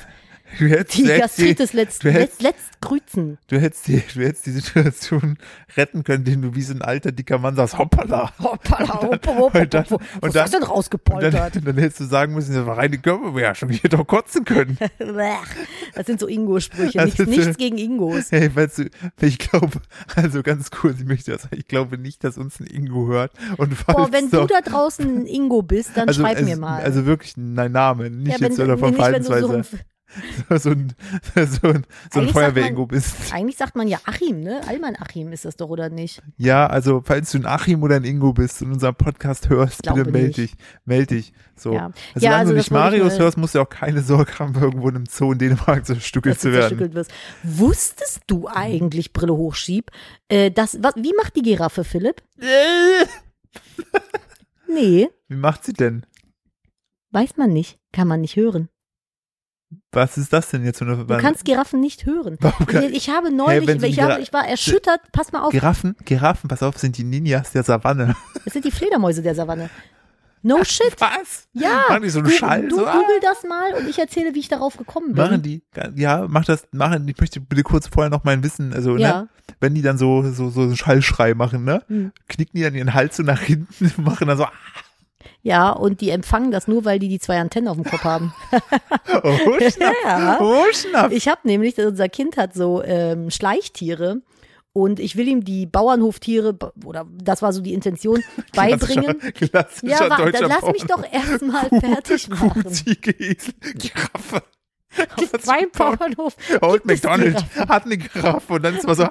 Speaker 1: du hättest,
Speaker 2: Die
Speaker 1: du hättest die-
Speaker 2: Gastritis letzt,
Speaker 1: du hättest-
Speaker 2: letzt, letzt grüßen.
Speaker 1: du hättest die, du hättest die Situation retten können, indem du wie so ein alter dicker Mann sagst, hoppala.
Speaker 2: Hoppala, hopp, hopp,
Speaker 1: und dann-
Speaker 2: hopp, hopp.
Speaker 1: und
Speaker 2: Was
Speaker 1: dann-
Speaker 2: hast du denn
Speaker 1: Und dann,
Speaker 2: rausgepoltert?
Speaker 1: dann hättest du sagen müssen, das war reine Körperbeherrschung, ich hätte auch kotzen können.
Speaker 2: Blech. Das sind so Ingo-Sprüche.
Speaker 1: Also Das ist-
Speaker 2: Nichts, nichts gegen Ingos.
Speaker 1: Hey, weißt du, ich glaube, also ganz kurz, ich möchte das, ich glaube nicht, dass uns ein Ingo hört. Und falls
Speaker 2: Boah, wenn du
Speaker 1: doch,
Speaker 2: da draußen ein Ingo bist, dann schreib
Speaker 1: also,
Speaker 2: mir mal.
Speaker 1: Also wirklich, nein, Name, nicht
Speaker 2: Ja, wenn-
Speaker 1: jetzt oder
Speaker 2: nee,
Speaker 1: von
Speaker 2: nicht, wenn du so
Speaker 1: Verhaltensweise.
Speaker 2: ein-
Speaker 1: so ein, so ein, so ein
Speaker 2: Eigentlich sagt
Speaker 1: Feuerwehr-Ingo
Speaker 2: man-
Speaker 1: bist.
Speaker 2: Eigentlich sagt man ja Achim, ne? Allmann Achim ist das doch, oder nicht?
Speaker 1: Ja, also falls du ein Achim oder ein Ingo bist und unseren Podcast hörst,
Speaker 2: Glaube
Speaker 1: bitte meld
Speaker 2: nicht.
Speaker 1: dich. Meld dich. So.
Speaker 2: Ja.
Speaker 1: Also,
Speaker 2: Ja,
Speaker 1: solange du
Speaker 2: also das
Speaker 1: nicht
Speaker 2: wollte ich
Speaker 1: Marius
Speaker 2: mal-
Speaker 1: hörst, musst du auch keine Sorge haben, irgendwo in einem Zoo in Dänemark zerstückelt
Speaker 2: Dass
Speaker 1: zu
Speaker 2: du
Speaker 1: werden.
Speaker 2: zerstückelt wirst. Wusstest du eigentlich, Brille hochschieb, äh, das, was, wie macht die Giraffe, Philipp? Nee,
Speaker 1: Wie macht sie denn?
Speaker 2: weiß man nicht. Kann man nicht hören.
Speaker 1: Was ist das denn jetzt? für eine-
Speaker 2: Du kannst Giraffen nicht hören.
Speaker 1: Warum kann-
Speaker 2: Ich, ich habe neulich,
Speaker 1: wenn sie
Speaker 2: ich,
Speaker 1: eine
Speaker 2: habe,
Speaker 1: Gira-
Speaker 2: ich war erschüttert, pass mal auf,
Speaker 1: Giraffen, Giraffen, pass auf, sind die Ninjas der Savanne.
Speaker 2: das sind die Fledermäuse der Savanne. No shit.
Speaker 1: Was?
Speaker 2: Ja,
Speaker 1: Machen die so einen
Speaker 2: du,
Speaker 1: Schall?
Speaker 2: du
Speaker 1: so, ah.
Speaker 2: google das mal und ich erzähle, wie ich darauf gekommen bin.
Speaker 1: Machen die, ja, mach das, machen, ich möchte bitte kurz vorher noch mein Wissen, also,
Speaker 2: Ja.
Speaker 1: ne, wenn die dann so, so, so einen Schallschrei machen, ne,
Speaker 2: Hm.
Speaker 1: knicken die dann ihren Hals so nach hinten, machen dann so, ah,
Speaker 2: Ja, und die empfangen das nur, weil die die zwei Antennen auf dem Kopf haben.
Speaker 1: oh, schnapp,
Speaker 2: Ja.
Speaker 1: oh, schnapp.
Speaker 2: Ich habe nämlich, dass unser Kind hat so ähm, Schleichtiere und ich will ihm die Bauernhoftiere, ba- oder das war so die Intention, beibringen.
Speaker 1: Klassischer, klassischer
Speaker 2: Ja, wa-
Speaker 1: deutscher
Speaker 2: dann lass mich
Speaker 1: Bauernhof.
Speaker 2: doch erstmal
Speaker 1: Kuh,
Speaker 2: fertig
Speaker 1: Kuh,
Speaker 2: machen.
Speaker 1: Ziege, Esel, Giraffe.
Speaker 2: Auf zwei
Speaker 1: Bauern-
Speaker 2: Bauernhof.
Speaker 1: Old
Speaker 2: gibt es
Speaker 1: McDonald
Speaker 2: Giraffe.
Speaker 1: hat eine Giraffe und dann ist man
Speaker 2: Äh,
Speaker 1: so,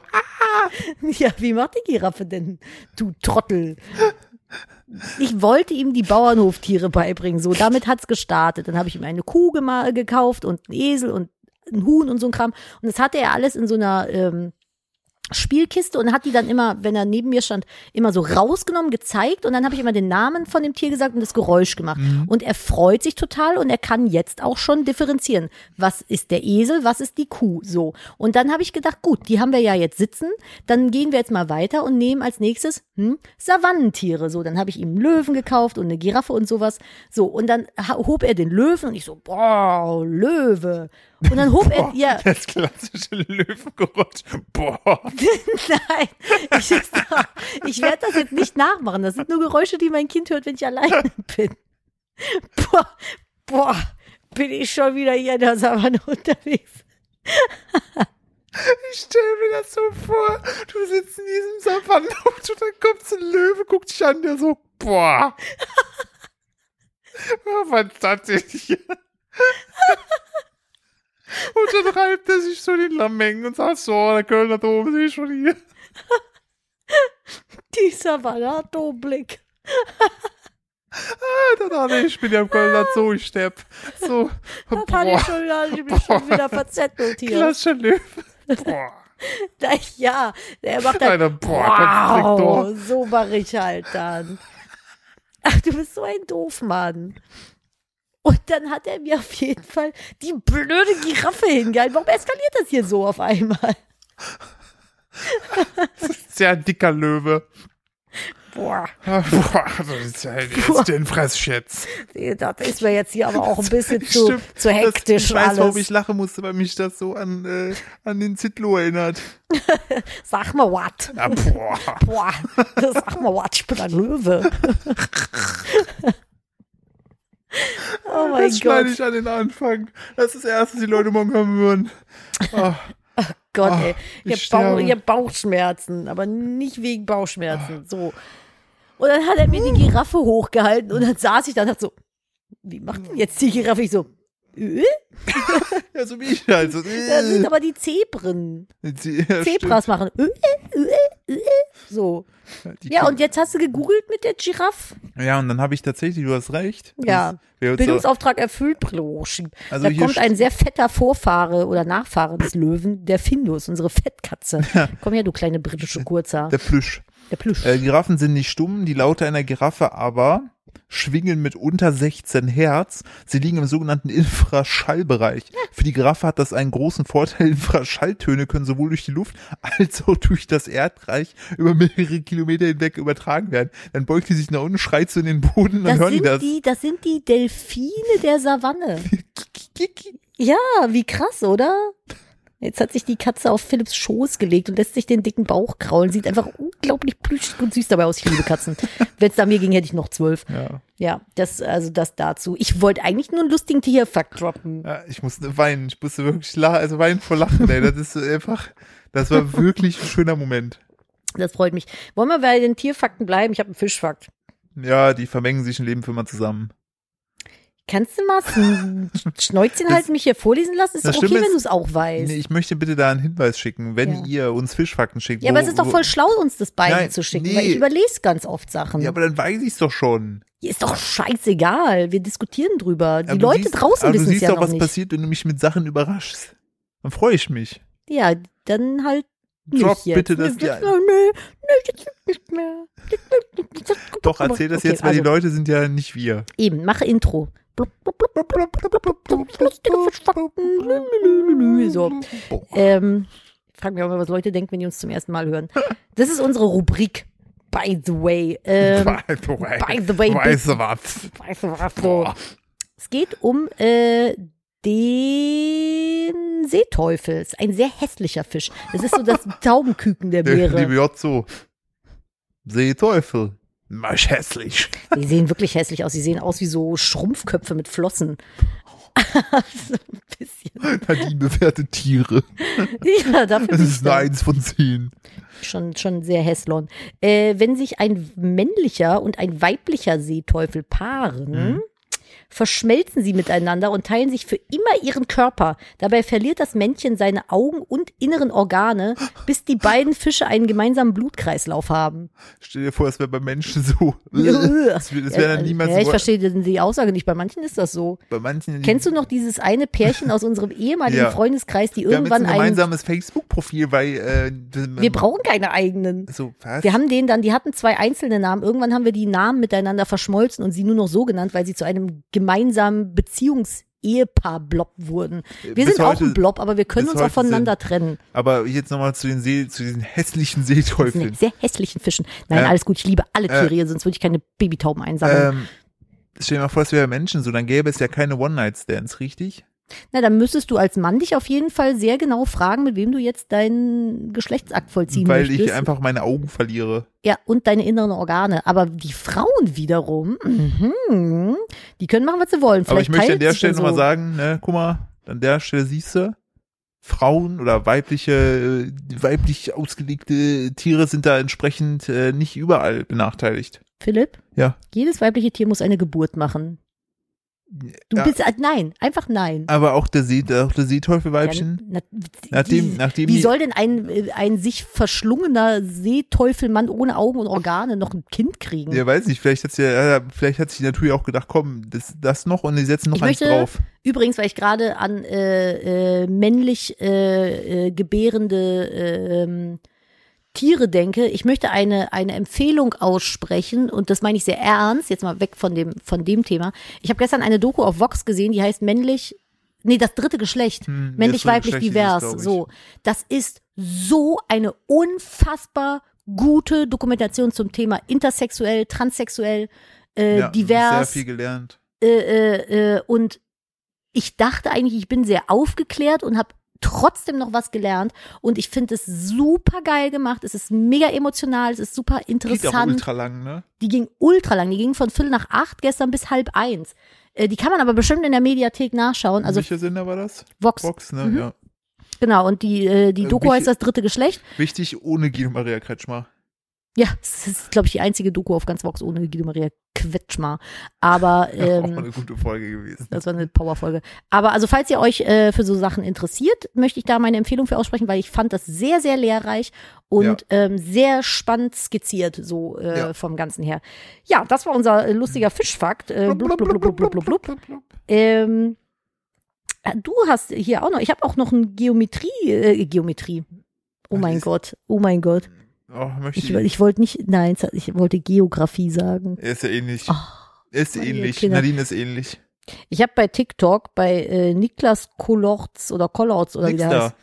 Speaker 2: Ja, wie macht die Giraffe denn, du Trottel? Ich wollte ihm die Bauernhoftiere beibringen, so damit hat's gestartet. Dann habe ich ihm eine Kuh gema- gekauft und einen Esel und ein Huhn und so ein Kram. Und das hatte er alles in so einer ähm, Spielkiste und hat die dann immer, wenn er neben mir stand, immer so rausgenommen, gezeigt und dann habe ich immer den Namen von dem Tier gesagt und das Geräusch gemacht. Und er freut sich total und er kann jetzt auch schon differenzieren. Was ist der Esel, was ist die Kuh? So. Und dann habe ich gedacht, gut, die haben wir ja jetzt sitzen, dann gehen wir jetzt mal weiter und nehmen als nächstes hm, Savannentiere. So, dann habe ich ihm einen Löwen gekauft und eine Giraffe und sowas. So, und dann ha- hob er den Löwen und ich so, boah, Löwe. Und dann hob er,
Speaker 1: Boah,
Speaker 2: ja,
Speaker 1: oh, das klassische Löwengeräusch. Boah.
Speaker 2: Nein, ich, ich werde das jetzt nicht nachmachen. Das sind nur Geräusche, die mein Kind hört, wenn ich alleine bin. Boah, boah, bin ich schon wieder hier in der Savanne unterwegs.
Speaker 1: Ich stelle mir das so vor. Du sitzt in diesem Savannenhof und dann kommt so ein Löwe, guckt dich an, der so, boah. Oh, was ist das denn hier? Und dann reibt er sich so den Lamengen und sagt so, der Kölner Dom ist eh schon hier.
Speaker 2: Dieser Banato-Blick.
Speaker 1: Dann, ah, nee, ich bin ja im Kölner Zoo, ich sterb. So,
Speaker 2: Das hatte
Speaker 1: boah,
Speaker 2: ich schon, da hatte ich mich schon wieder verzettelt hier.
Speaker 1: klassischer Löwe. Boah,
Speaker 2: Da, ja, der macht dann,
Speaker 1: kleiner Boah-Konstriktor.
Speaker 2: wow, so war ich halt dann. Ach, du bist so ein Doofmann. Und dann hat er mir auf jeden Fall die blöde Giraffe hingehalten. Warum eskaliert das hier so auf einmal?
Speaker 1: Sehr dicker Löwe.
Speaker 2: Boah,
Speaker 1: Ah, Boah, also das ist ja jetzt den Fressschätz.
Speaker 2: das ist mir jetzt hier aber auch ein bisschen zu,
Speaker 1: Stimmt,
Speaker 2: zu
Speaker 1: das,
Speaker 2: hektisch
Speaker 1: Ich weiß, warum
Speaker 2: alles.
Speaker 1: ich lachen musste, weil mich das so an, äh, an den Zitlo erinnert.
Speaker 2: Sag mal was.
Speaker 1: Na, boah.
Speaker 2: Boah, sag mal was, ich bin ein Löwe. oh mein
Speaker 1: das schneide
Speaker 2: Gott.
Speaker 1: ich an den Anfang. Das ist das Erste, was die Leute morgen hören würden. Ah,
Speaker 2: Gott,
Speaker 1: Ah,
Speaker 2: ey.
Speaker 1: ich
Speaker 2: Ich, hab Bauch,
Speaker 1: sterbe.
Speaker 2: ich hab Bauchschmerzen, aber nicht wegen
Speaker 1: Ah.
Speaker 2: Bauchschmerzen. So. Und dann hat er mir die Giraffe hochgehalten
Speaker 1: Ah.
Speaker 2: und dann saß ich da und dachte so, wie macht denn jetzt die Giraffe? Ich so, äh?
Speaker 1: ja, so wie ich halt. So,
Speaker 2: das sind
Speaker 1: äh,
Speaker 2: aber die Zebren.
Speaker 1: die, ja,
Speaker 2: Zebras machen. Äh, äh, äh, so.
Speaker 1: stimmt. Die
Speaker 2: Ja,
Speaker 1: Kinder-
Speaker 2: und jetzt hast du gegoogelt mit der Giraffe?
Speaker 1: Ja, und dann habe ich tatsächlich, du hast recht.
Speaker 2: Ja.
Speaker 1: Wir haben uns auch-
Speaker 2: Bildungsauftrag erfüllt, Blosch.
Speaker 1: Also
Speaker 2: da
Speaker 1: hier
Speaker 2: kommt
Speaker 1: st-
Speaker 2: ein sehr fetter Vorfahre oder Nachfahre des Löwen, der Findus, unsere Fettkatze. Komm her, du kleine britische Kurzer.
Speaker 1: der Plüsch.
Speaker 2: Der Plüsch.
Speaker 1: Äh, Giraffen sind nicht stumm, die Laute einer Giraffe aber schwingen mit unter 16 Hertz. Sie liegen im sogenannten Infraschallbereich. Für die Giraffe hat das einen großen Vorteil. Infraschalltöne können sowohl durch die Luft als auch durch das Erdreich über mehrere Kilometer hinweg übertragen werden. Dann beugt sie sich nach unten, schreit zu in den Boden, dann
Speaker 2: das
Speaker 1: hören die
Speaker 2: sind
Speaker 1: das.
Speaker 2: die, das sind die Delfine der Savanne. Ja, wie krass, oder? Jetzt hat sich die Katze auf Philipps Schoß gelegt und lässt sich den dicken Bauch kraulen. Sieht einfach unglaublich plüschig und süß dabei aus. Ich liebe Katzen. Wenn es da mir ging, hätte ich noch zwölf.
Speaker 1: Ja.
Speaker 2: Ja, das, also das dazu. Ich wollte eigentlich nur einen lustigen Tierfakt droppen.
Speaker 1: Ja, ich musste weinen, ich musste wirklich lachen, also weinen vor Lachen, ey. Das ist so einfach, das war wirklich ein schöner Moment.
Speaker 2: Das freut mich. Wollen wir bei den Tierfakten bleiben? Ich habe einen Fischfakt.
Speaker 1: Ja, die vermengen sich ein Leben für immer zusammen.
Speaker 2: Kannst du mal Schnäuzchen halten, mich hier vorlesen lassen? Ist
Speaker 1: das
Speaker 2: doch okay,
Speaker 1: Schlimme
Speaker 2: wenn du
Speaker 1: ist-
Speaker 2: es auch weißt.
Speaker 1: Nee, ich möchte bitte da einen Hinweis schicken, wenn
Speaker 2: Ja.
Speaker 1: ihr uns Fischfakten schickt.
Speaker 2: ja, aber es ist doch voll schlau, uns das beiden
Speaker 1: Nein,
Speaker 2: zu schicken,
Speaker 1: nee.
Speaker 2: weil ich überlese ganz oft Sachen.
Speaker 1: Ja, aber dann weiß ich's doch schon.
Speaker 2: ist doch scheißegal. Wir diskutieren drüber.
Speaker 1: aber
Speaker 2: Die
Speaker 1: du
Speaker 2: Leute
Speaker 1: siehst-
Speaker 2: draußen
Speaker 1: aber
Speaker 2: wissen
Speaker 1: du
Speaker 2: es
Speaker 1: siehst
Speaker 2: ja
Speaker 1: doch,
Speaker 2: noch
Speaker 1: was
Speaker 2: nicht.
Speaker 1: passiert, wenn du mich mit Sachen überraschst. Dann freue ich mich.
Speaker 2: Ja, dann halt nicht
Speaker 1: Drop
Speaker 2: jetzt.
Speaker 1: bitte das-
Speaker 2: Nee,
Speaker 1: ja.
Speaker 2: Nö, nö, das gibt nicht mehr. Das gibt nicht- das gibt
Speaker 1: Doch,
Speaker 2: aber-
Speaker 1: erzähl das
Speaker 2: okay,
Speaker 1: jetzt, weil
Speaker 2: also,
Speaker 1: die Leute sind ja nicht wir.
Speaker 2: Eben, mach Intro. Blub, blub, blub, blub, blub, blub, blub, blub, lustige Fischfakten. Lü, lü, lü, lü, lü. So.
Speaker 1: Boah.
Speaker 2: Ähm, ich frage mich auch mal, was Leute denken, wenn die uns zum ersten Mal hören. Das ist unsere Rubrik, by the way. Ähm,
Speaker 1: by the way.
Speaker 2: by the way,
Speaker 1: Weißt du was?
Speaker 2: weißt du was, so.
Speaker 1: Boah.
Speaker 2: Es geht um äh, den Seeteufel. Ist ein sehr hässlicher Fisch. Das ist so das Taubenküken der
Speaker 1: Der liebe
Speaker 2: Meere.
Speaker 1: Jotzo. Seeteufel. Mach hässlich.
Speaker 2: Die sehen wirklich hässlich aus. Die sehen aus wie so Schrumpfköpfe mit Flossen. so ein bisschen.
Speaker 1: Nadine bewertet Tiere.
Speaker 2: Ja, dafür
Speaker 1: Das
Speaker 2: bin ich
Speaker 1: ist eine
Speaker 2: da.
Speaker 1: Eins von zehn.
Speaker 2: Schon, schon sehr hässlon. Äh, wenn sich ein männlicher und ein weiblicher Seeteufel paaren,
Speaker 1: Mhm.
Speaker 2: verschmelzen sie miteinander und teilen sich für immer ihren Körper. Dabei verliert das Männchen seine Augen und inneren Organe, bis die beiden Fische einen gemeinsamen Blutkreislauf haben.
Speaker 1: Stell dir vor, es wäre bei Menschen so. Das wäre wär dann niemals
Speaker 2: ja, ich
Speaker 1: so.
Speaker 2: verstehe denn die Aussage nicht. Bei manchen ist das so.
Speaker 1: Bei manchen.
Speaker 2: Kennst du noch dieses eine Pärchen aus unserem ehemaligen
Speaker 1: Ja.
Speaker 2: Freundeskreis, die
Speaker 1: wir haben jetzt
Speaker 2: irgendwann
Speaker 1: ein
Speaker 2: einen.
Speaker 1: gemeinsames Facebook-Profil, weil. Äh,
Speaker 2: Wir brauchen keine eigenen.
Speaker 1: So, was?
Speaker 2: Wir haben denen dann, die hatten zwei einzelne Namen. Irgendwann haben wir die Namen miteinander verschmolzen und sie nur noch so genannt, weil sie zu einem gemeinsamen Beziehungs-Ehepaar-Blob wurden. Wir
Speaker 1: Bis
Speaker 2: sind auch
Speaker 1: heute-
Speaker 2: ein Blob, aber wir können
Speaker 1: bis
Speaker 2: uns auch
Speaker 1: heute
Speaker 2: voneinander trennen.
Speaker 1: Aber jetzt nochmal zu, den See- zu diesen hässlichen
Speaker 2: Das sind
Speaker 1: Seeteufeln.
Speaker 2: sehr hässlichen Fischen. Nein,
Speaker 1: Äh,
Speaker 2: alles gut, ich liebe alle
Speaker 1: äh,
Speaker 2: Tiere hier, sonst würde ich keine Babytauben einsammeln.
Speaker 1: Ähm, stell dir mal vor, es wäre bei Menschen so, dann gäbe es ja keine One-Night-Stands, richtig?
Speaker 2: Na, dann müsstest du als Mann dich auf jeden Fall sehr genau fragen, mit wem du jetzt deinen Geschlechtsakt vollziehen
Speaker 1: Weil
Speaker 2: möchtest.
Speaker 1: ich einfach meine Augen verliere.
Speaker 2: Ja, und deine inneren Organe. Aber die Frauen wiederum, mhm, die können machen, was sie wollen.
Speaker 1: Aber ich
Speaker 2: Vielleicht
Speaker 1: möchte an
Speaker 2: teilt
Speaker 1: der
Speaker 2: sich
Speaker 1: Stelle
Speaker 2: das
Speaker 1: nochmal
Speaker 2: so.
Speaker 1: sagen, ne, guck mal, an der Stelle siehst du, Frauen oder weibliche, äh, weiblich ausgelegte Tiere sind da entsprechend äh, nicht überall benachteiligt.
Speaker 2: Philipp?
Speaker 1: Ja.
Speaker 2: Jedes weibliche Tier muss eine Geburt machen. Du
Speaker 1: Ja.
Speaker 2: bist, äh, nein, einfach nein.
Speaker 1: Aber auch der, See, auch der Seeteufelweibchen.
Speaker 2: Ja, na,
Speaker 1: Nachdem-
Speaker 2: wie,
Speaker 1: nachdem
Speaker 2: wie
Speaker 1: die-
Speaker 2: soll denn ein, äh, ein sich verschlungener Seeteufelmann ohne Augen und Organe noch ein Kind kriegen?
Speaker 1: Ja, weiß nicht, vielleicht hat sie, ja, ja, vielleicht hat sie natürlich auch gedacht, komm, das, das noch und die setzen noch
Speaker 2: Ich
Speaker 1: eins
Speaker 2: möchte
Speaker 1: drauf.
Speaker 2: übrigens, weil ich gerade an äh, äh, männlich äh, äh, gebärende äh, ähm, Tiere denke, ich möchte eine, eine Empfehlung aussprechen und das meine ich sehr ernst, jetzt mal weg von dem, von dem Thema. Ich habe gestern eine Doku auf Vox gesehen, die heißt männlich, nee, das dritte Geschlecht,
Speaker 1: Hm, das dritte
Speaker 2: männlich-weiblich
Speaker 1: Geschlecht hieß
Speaker 2: divers,
Speaker 1: es, glaub ich.
Speaker 2: so. Das ist so eine unfassbar gute Dokumentation zum Thema intersexuell, transsexuell, äh,
Speaker 1: ja, Sehr
Speaker 2: divers,
Speaker 1: viel gelernt.
Speaker 2: äh, äh, äh, und ich dachte eigentlich, ich bin sehr aufgeklärt und habe trotzdem noch was gelernt und ich finde es super geil gemacht. Es ist mega emotional, es ist super
Speaker 1: Geht auch
Speaker 2: interessant.
Speaker 1: ultra lang, ne?
Speaker 2: die ging ultra lang, die ging von Viertel nach acht gestern bis halb eins. Äh, Die kann man aber bestimmt in der Mediathek nachschauen, also Mhm.
Speaker 1: Welcher Sender war das?
Speaker 2: Vox,
Speaker 1: Box, ne? Ja.
Speaker 2: genau. Und die, äh, die
Speaker 1: Äh,
Speaker 2: Doku
Speaker 1: mich-
Speaker 2: heißt das dritte Geschlecht.
Speaker 1: Wichtig ohne Guido Maria Kretschmer.
Speaker 2: Ja, es ist, glaube ich, die einzige Doku auf ganz Vox ohne Guido Maria Quetschmar. Aber
Speaker 1: auch
Speaker 2: ähm,
Speaker 1: eine gute Folge gewesen.
Speaker 2: Das war eine Powerfolge. Aber also falls ihr euch äh, für so Sachen interessiert, möchte ich da meine Empfehlung für aussprechen, weil ich fand das sehr, sehr lehrreich und
Speaker 1: Ja.
Speaker 2: ähm, sehr spannend skizziert so äh,
Speaker 1: Ja.
Speaker 2: vom Ganzen her. Ja, das war unser äh, lustiger Fischfakt. Äh, blub, blub, blub, blub, blub, blub, blub. Ähm, äh, du hast hier auch noch, ich habe auch noch ein Geometrie, äh, Geometrie. Oh
Speaker 1: Was
Speaker 2: mein
Speaker 1: ist-
Speaker 2: Gott, oh mein Gott.
Speaker 1: Oh, möchte
Speaker 2: Ich,
Speaker 1: ich.
Speaker 2: ich wollte nicht, nein, ich wollte Geografie sagen.
Speaker 1: Er ist ja ähnlich.
Speaker 2: Oh,
Speaker 1: Er ist
Speaker 2: meine
Speaker 1: ähnlich.
Speaker 2: Kinder.
Speaker 1: Nadine ist ähnlich.
Speaker 2: Ich habe bei TikTok bei äh, Niklas Kolorz oder Kolorz oder wie
Speaker 1: Nix
Speaker 2: der
Speaker 1: da.
Speaker 2: heißt.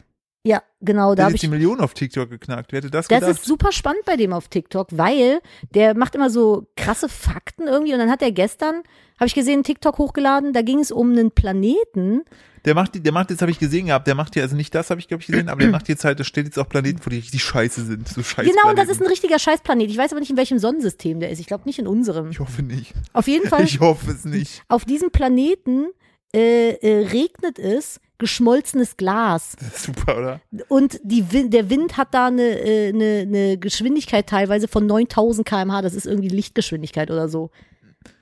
Speaker 2: Ja, genau, da
Speaker 1: Der hat
Speaker 2: habe
Speaker 1: jetzt die
Speaker 2: ich.
Speaker 1: Millionen auf TikTok geknackt. Wer hätte das,
Speaker 2: Das
Speaker 1: gedacht?
Speaker 2: ist super spannend bei dem auf TikTok, weil der macht immer so krasse Fakten irgendwie und dann hat er gestern, habe ich gesehen, einen TikTok hochgeladen, da ging es um einen Planeten.
Speaker 1: Der macht, die- der macht jetzt, habe ich gesehen gehabt, der macht hier, also nicht das habe ich, glaube ich, gesehen, aber der macht jetzt halt, da steht jetzt auch Planeten, wo die richtig scheiße sind. So scheiße.
Speaker 2: Genau, das ist ein richtiger Scheißplanet. Ich weiß aber nicht, in welchem Sonnensystem der ist. Ich glaube nicht in unserem.
Speaker 1: Ich hoffe nicht.
Speaker 2: Auf jeden Fall,
Speaker 1: Ich hoffe es nicht.
Speaker 2: auf diesem Planeten äh, äh, regnet es geschmolzenes Glas.
Speaker 1: Das ist super, oder?
Speaker 2: Und die, Win- der Wind hat da eine, äh, eine, eine Geschwindigkeit teilweise von 9000 km/h. Das ist irgendwie Lichtgeschwindigkeit oder so.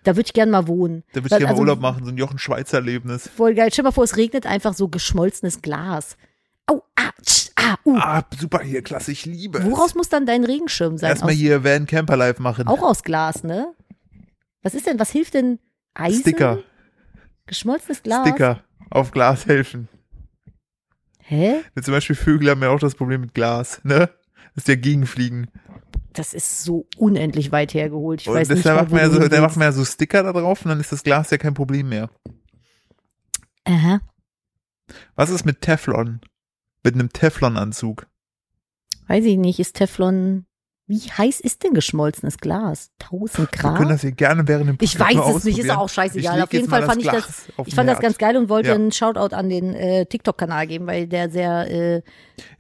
Speaker 2: Da würde ich gern mal wohnen.
Speaker 1: Da würde ich
Speaker 2: Das-
Speaker 1: gerne mal
Speaker 2: also,
Speaker 1: Urlaub machen, so ein Jochen Schweizer Erlebnis.
Speaker 2: Voll geil. Stell mal vor, es regnet einfach so geschmolzenes Glas. Au, ah, tsch, ah, uh.
Speaker 1: Ah, super hier, klasse, ich liebe. es.
Speaker 2: Woraus muss dann dein Regenschirm sein?
Speaker 1: Ah, Erstmal
Speaker 2: Aus,
Speaker 1: hier Van Camper Live machen.
Speaker 2: auch aus Glas, ne? Was ist denn, was hilft denn Eisen?
Speaker 1: Sticker,
Speaker 2: Geschmolzenes Glas.
Speaker 1: Sticker auf Glas helfen.
Speaker 2: Hä?
Speaker 1: Ja, Zum Beispiel Vögel haben ja auch das Problem mit Glas, ne? Dass die dagegen fliegen.
Speaker 2: Das ist so unendlich weit hergeholt. Ich weiß
Speaker 1: Und
Speaker 2: nicht,
Speaker 1: deshalb
Speaker 2: mal,
Speaker 1: macht
Speaker 2: wo
Speaker 1: man, ja
Speaker 2: du
Speaker 1: so,
Speaker 2: hin
Speaker 1: da macht
Speaker 2: willst.
Speaker 1: man ja so Sticker da drauf und dann ist das Glas ja kein Problem mehr.
Speaker 2: Aha.
Speaker 1: Was ist mit Teflon? Mit einem Teflon-Anzug.
Speaker 2: Weiß ich nicht, ist Teflon. Wie heiß ist denn geschmolzenes Glas? 1000
Speaker 1: Wir können
Speaker 2: Grad?
Speaker 1: das hier gerne während dem
Speaker 2: Ich
Speaker 1: Podcast
Speaker 2: weiß
Speaker 1: mal
Speaker 2: es nicht, ist
Speaker 1: ausprobieren.
Speaker 2: auch scheißegal.
Speaker 1: Ich
Speaker 2: Auf jeden Fall fand ich das, ich fand das ganz geil und wollte
Speaker 1: Ja.
Speaker 2: einen Shoutout an den äh, TikTok-Kanal geben, weil der sehr äh,
Speaker 1: Ja,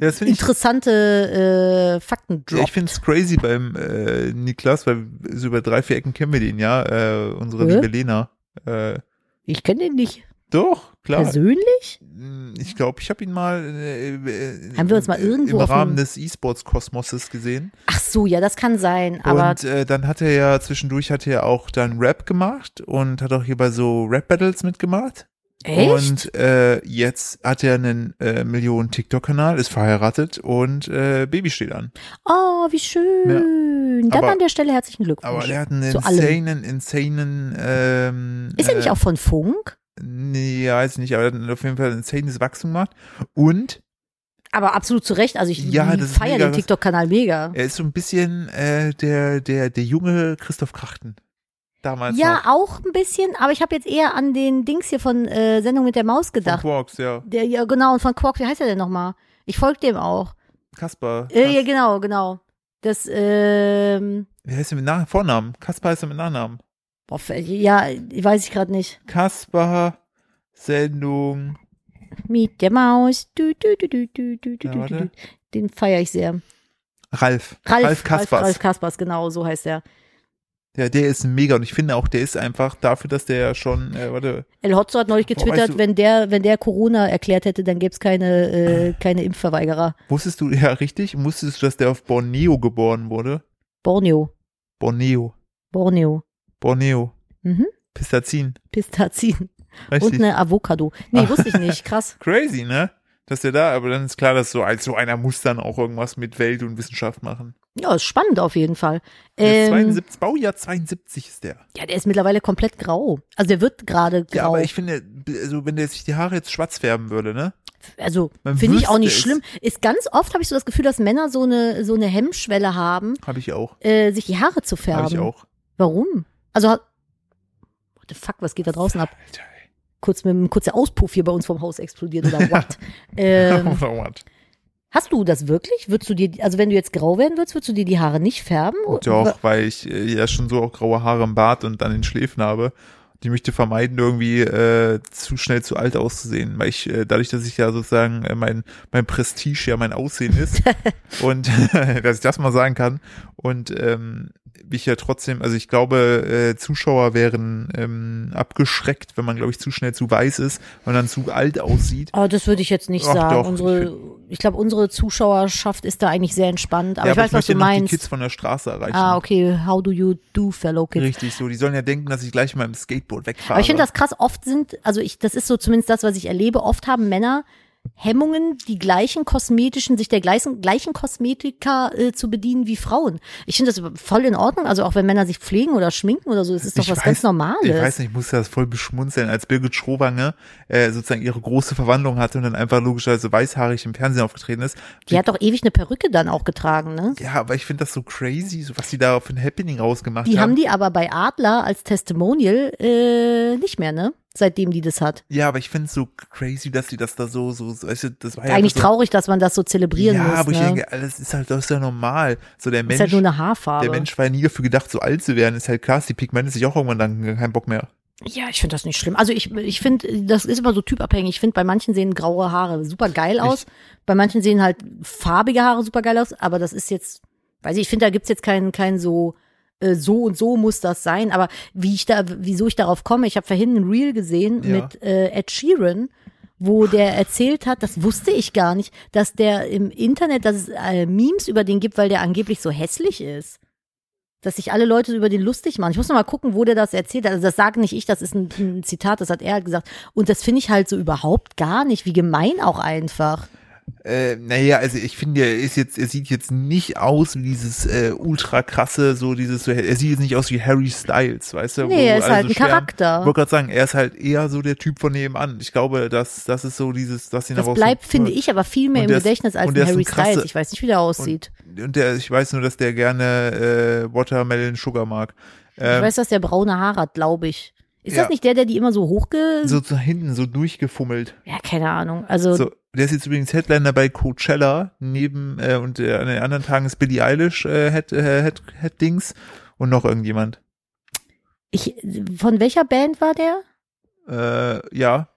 Speaker 1: das finde ich
Speaker 2: interessante äh, Fakten
Speaker 1: Ja, ich
Speaker 2: droppt.
Speaker 1: finde es crazy beim äh, Niklas, weil so über drei, vier Ecken kennen wir den, ja. Äh, unsere
Speaker 2: Hä?
Speaker 1: liebe Lena. Äh,
Speaker 2: Ich kenne den nicht
Speaker 1: doch, klar.
Speaker 2: Also-
Speaker 1: Hm,
Speaker 2: persönlich.
Speaker 1: ich glaube, ich habe ihn mal äh, äh,
Speaker 2: Haben wir uns mal irgendwo
Speaker 1: im
Speaker 2: auf
Speaker 1: Rahmen
Speaker 2: dem-
Speaker 1: des E-Sports-Kosmoses gesehen.
Speaker 2: Ach so, ja, das kann sein, aber
Speaker 1: und äh, dann hat er ja zwischendurch hat er auch dann Rap gemacht und hat auch hier bei so Rap-Battles mitgemacht.
Speaker 2: echt?
Speaker 1: Und äh, jetzt hat er einen äh, Millionen TikTok-Kanal, ist verheiratet und äh, Baby steht an.
Speaker 2: oh, wie schön. Dann
Speaker 1: Aber-
Speaker 2: an der Stelle herzlichen
Speaker 1: Aber
Speaker 2: Glückwunsch.
Speaker 1: der hat einen
Speaker 2: Zu allem.
Speaker 1: insanen, insanen ähm,
Speaker 2: Ist er nicht auch von Funk?
Speaker 1: Nee, weiß nicht, aber er hat auf jeden Fall ein insanes Wachstum gemacht. Und
Speaker 2: Aber absolut zu Recht. Also ich
Speaker 1: Ja, das ist
Speaker 2: feiere
Speaker 1: mega,
Speaker 2: den
Speaker 1: das-
Speaker 2: TikTok-Kanal mega.
Speaker 1: er ist so ein bisschen äh, der, der, der junge Christoph Krachten. Damals
Speaker 2: Ja,
Speaker 1: noch.
Speaker 2: auch ein bisschen, aber ich habe jetzt eher an den Dings hier von äh, Sendung mit der Maus
Speaker 1: Von
Speaker 2: gedacht.
Speaker 1: Quarks, ja.
Speaker 2: Der, ja, genau, und von Quark, wie heißt er denn nochmal? Ich folge dem auch.
Speaker 1: Kaspar.
Speaker 2: Äh, ja,
Speaker 1: Kas-
Speaker 2: genau, genau. Das, ähm,
Speaker 1: Wer heißt er mit Nach Vornamen? Kaspar heißt er mit Nachnamen.
Speaker 2: boah, f- ja, weiß ich gerade nicht.
Speaker 1: Kaspar, Sendung.
Speaker 2: Mit der Maus. Du, du, du, du, du, du, du,
Speaker 1: Ja,
Speaker 2: du, du.
Speaker 1: warte.
Speaker 2: Den feiere ich sehr.
Speaker 1: Ralf.
Speaker 2: Ralf,
Speaker 1: Ralf Kaspers.
Speaker 2: Ralf, Ralf Kaspers, genau, so heißt er.
Speaker 1: Ja, der ist mega und ich finde auch, der ist einfach dafür, dass der ja schon, äh, warte,
Speaker 2: El Hotzo hat neulich
Speaker 1: Boah,
Speaker 2: getwittert,
Speaker 1: weißt du-
Speaker 2: wenn der, wenn der Corona erklärt hätte, dann gäbe es keine, äh, keine Impfverweigerer.
Speaker 1: wusstest du, ja richtig, wusstest du, dass der auf Borneo geboren wurde?
Speaker 2: Borneo.
Speaker 1: Borneo.
Speaker 2: Borneo.
Speaker 1: Borneo.
Speaker 2: Mhm.
Speaker 1: Pistazin.
Speaker 2: Pistazien. und ne-
Speaker 1: Richtig.
Speaker 2: eine Avocado.
Speaker 1: Ah.
Speaker 2: Nee, wusste ich nicht. Krass.
Speaker 1: Crazy, ne? Dass der da, aber dann ist klar, dass so, als so einer muss dann auch irgendwas mit Welt und Wissenschaft machen.
Speaker 2: Ja, ist spannend auf jeden Fall.
Speaker 1: Der ist
Speaker 2: Ähm,
Speaker 1: 72, Baujahr 72 ist der.
Speaker 2: ja, der ist mittlerweile komplett grau. Also der wird gerade grau.
Speaker 1: Ja, aber ich finde, also wenn der sich die Haare jetzt schwarz färben würde, ne?
Speaker 2: also
Speaker 1: Man
Speaker 2: finde ich auch
Speaker 1: wüsste
Speaker 2: nicht
Speaker 1: es.
Speaker 2: schlimm. Ist ganz oft habe ich so das Gefühl, dass Männer so eine so eine Hemmschwelle haben,
Speaker 1: Habe ich auch.
Speaker 2: äh, sich die Haare zu färben.
Speaker 1: Habe ich auch.
Speaker 2: Warum? Also hat- What the fuck, was geht da draußen ab?
Speaker 1: Alter, ey.
Speaker 2: Kurz mit einem kurzer Auspuff hier bei uns vom Haus explodiert oder what? ähm,
Speaker 1: Oder what?
Speaker 2: hast du das wirklich? Würdest du dir, also wenn du jetzt grau werden würdest, würdest du dir die Haare nicht färben?
Speaker 1: Doch, weil ich äh, ja schon so auch graue Haare im Bart und an den Schläfen habe. Die möchte vermeiden, irgendwie äh, zu schnell zu alt auszusehen. Weil ich, äh, dadurch, dass ich ja sozusagen äh, mein, mein Prestige ja mein Aussehen ist und dass ich das mal sagen kann. Und ähm, ich ja trotzdem, also ich glaube, äh, Zuschauer wären ähm, abgeschreckt, wenn man, glaube ich, zu schnell zu weiß ist und dann zu alt aussieht.
Speaker 2: Oh, das würde ich jetzt nicht
Speaker 1: Ach
Speaker 2: sagen.
Speaker 1: doch,
Speaker 2: unsere,
Speaker 1: ich
Speaker 2: ich glaube, unsere Zuschauerschaft ist da eigentlich sehr entspannt. Aber
Speaker 1: ja,
Speaker 2: ich weiß, was
Speaker 1: möchte
Speaker 2: du
Speaker 1: ja noch die
Speaker 2: meinst.
Speaker 1: Kids von der Straße erreichen.
Speaker 2: Ah, okay. How do you do, fellow kids?
Speaker 1: Richtig so. Die sollen ja denken, dass ich gleich mit meinem Skateboard wegfahre.
Speaker 2: Aber ich finde das krass, oft sind, also ich, das ist so zumindest das, was ich erlebe, oft haben Männer Hemmungen, die gleichen kosmetischen, sich der gleichen, gleichen Kosmetika äh, zu bedienen wie Frauen. Ich finde das voll in Ordnung, also auch wenn Männer sich pflegen oder schminken oder so, es ist doch
Speaker 1: Ich
Speaker 2: was
Speaker 1: weiß-
Speaker 2: ganz
Speaker 1: Ich
Speaker 2: Normales.
Speaker 1: weiß nicht, ich muss das voll beschmunzeln, als Birgit Schrowange äh, sozusagen ihre große Verwandlung hatte und dann einfach logischerweise weißhaarig im Fernsehen aufgetreten ist.
Speaker 2: Die hat doch ewig eine Perücke dann auch getragen, ne?
Speaker 1: Ja, aber ich finde das so crazy, so was die da für ein Happening rausgemacht
Speaker 2: Die
Speaker 1: haben.
Speaker 2: haben die aber bei Adler als Testimonial äh, nicht mehr, ne? Seitdem die das hat.
Speaker 1: ja, aber ich finde es so crazy, dass die das da so, so, so weißt du, das war Ah ja
Speaker 2: Eigentlich
Speaker 1: so,
Speaker 2: traurig, dass man das so zelebrieren
Speaker 1: Ja,
Speaker 2: muss.
Speaker 1: aber ich
Speaker 2: ne?
Speaker 1: denke, alles ist halt, das ist ja normal. So der
Speaker 2: ist
Speaker 1: Mensch,
Speaker 2: halt nur eine Haarfarbe.
Speaker 1: der Mensch war ja nie dafür gedacht, so alt zu werden. Ist halt klar, dass die Pigmente sich auch irgendwann dann keinen Bock mehr.
Speaker 2: Ja, ich finde das nicht schlimm. Also ich, ich finde, das ist immer so typabhängig. Ich finde, bei manchen sehen graue Haare super geil aus. bei manchen sehen halt farbige Haare super geil aus. Aber das ist jetzt, weiß ich, ich finde, da gibt's jetzt keinen, keinen so, äh, so und so muss das sein. Aber wie ich da, wieso ich darauf komme, ich habe vorhin ein Reel gesehen
Speaker 1: Ja.
Speaker 2: mit äh, Ed Sheeran wo der erzählt hat, das wusste ich gar nicht, dass der im Internet, dass es äh, Memes über den gibt, weil der angeblich so hässlich ist dass sich alle Leute über den lustig machen. Ich muss noch mal gucken, wo der das erzählt hat. Also das sage nicht ich, das ist ein, ein Zitat, das hat er halt gesagt. Und das finde ich halt so überhaupt gar nicht, wie gemein auch einfach.
Speaker 1: Äh, naja, also ich finde, er ist jetzt, er sieht jetzt nicht aus wie dieses äh, ultra krasse, so dieses, so, er sieht jetzt nicht aus wie Harry Styles, weißt du?
Speaker 2: Nee,
Speaker 1: wo
Speaker 2: er ist
Speaker 1: alle
Speaker 2: halt
Speaker 1: so
Speaker 2: ein
Speaker 1: sterben.
Speaker 2: Charakter.
Speaker 1: Ich wollte gerade sagen, er ist halt eher so der Typ von nebenan. Ich glaube, dass das ist so dieses, dass ihn
Speaker 2: Das
Speaker 1: aber auch
Speaker 2: bleibt,
Speaker 1: so,
Speaker 2: finde ich, aber viel mehr
Speaker 1: Und
Speaker 2: im
Speaker 1: der ist-
Speaker 2: Gedächtnis als
Speaker 1: und
Speaker 2: ein
Speaker 1: der ist
Speaker 2: Harry
Speaker 1: ein krasse-
Speaker 2: Styles. Ich weiß nicht, wie der aussieht.
Speaker 1: Und der, ich weiß nur, dass der gerne äh, Watermelon Sugar mag.
Speaker 2: ich
Speaker 1: Ähm,
Speaker 2: weiß, dass der braune Haare hat, glaube ich. Ist
Speaker 1: ja.
Speaker 2: das nicht der, der die immer so hochge...
Speaker 1: so zu hinten, so durchgefummelt.
Speaker 2: ja, keine Ahnung. Also,
Speaker 1: So, der ist jetzt übrigens Headliner bei Coachella neben äh, und äh, an den anderen Tagen ist Billie Eilish äh, Head, äh, Head, Head Dings und noch irgendjemand.
Speaker 2: ich, von welcher Band war der?
Speaker 1: Äh, ja,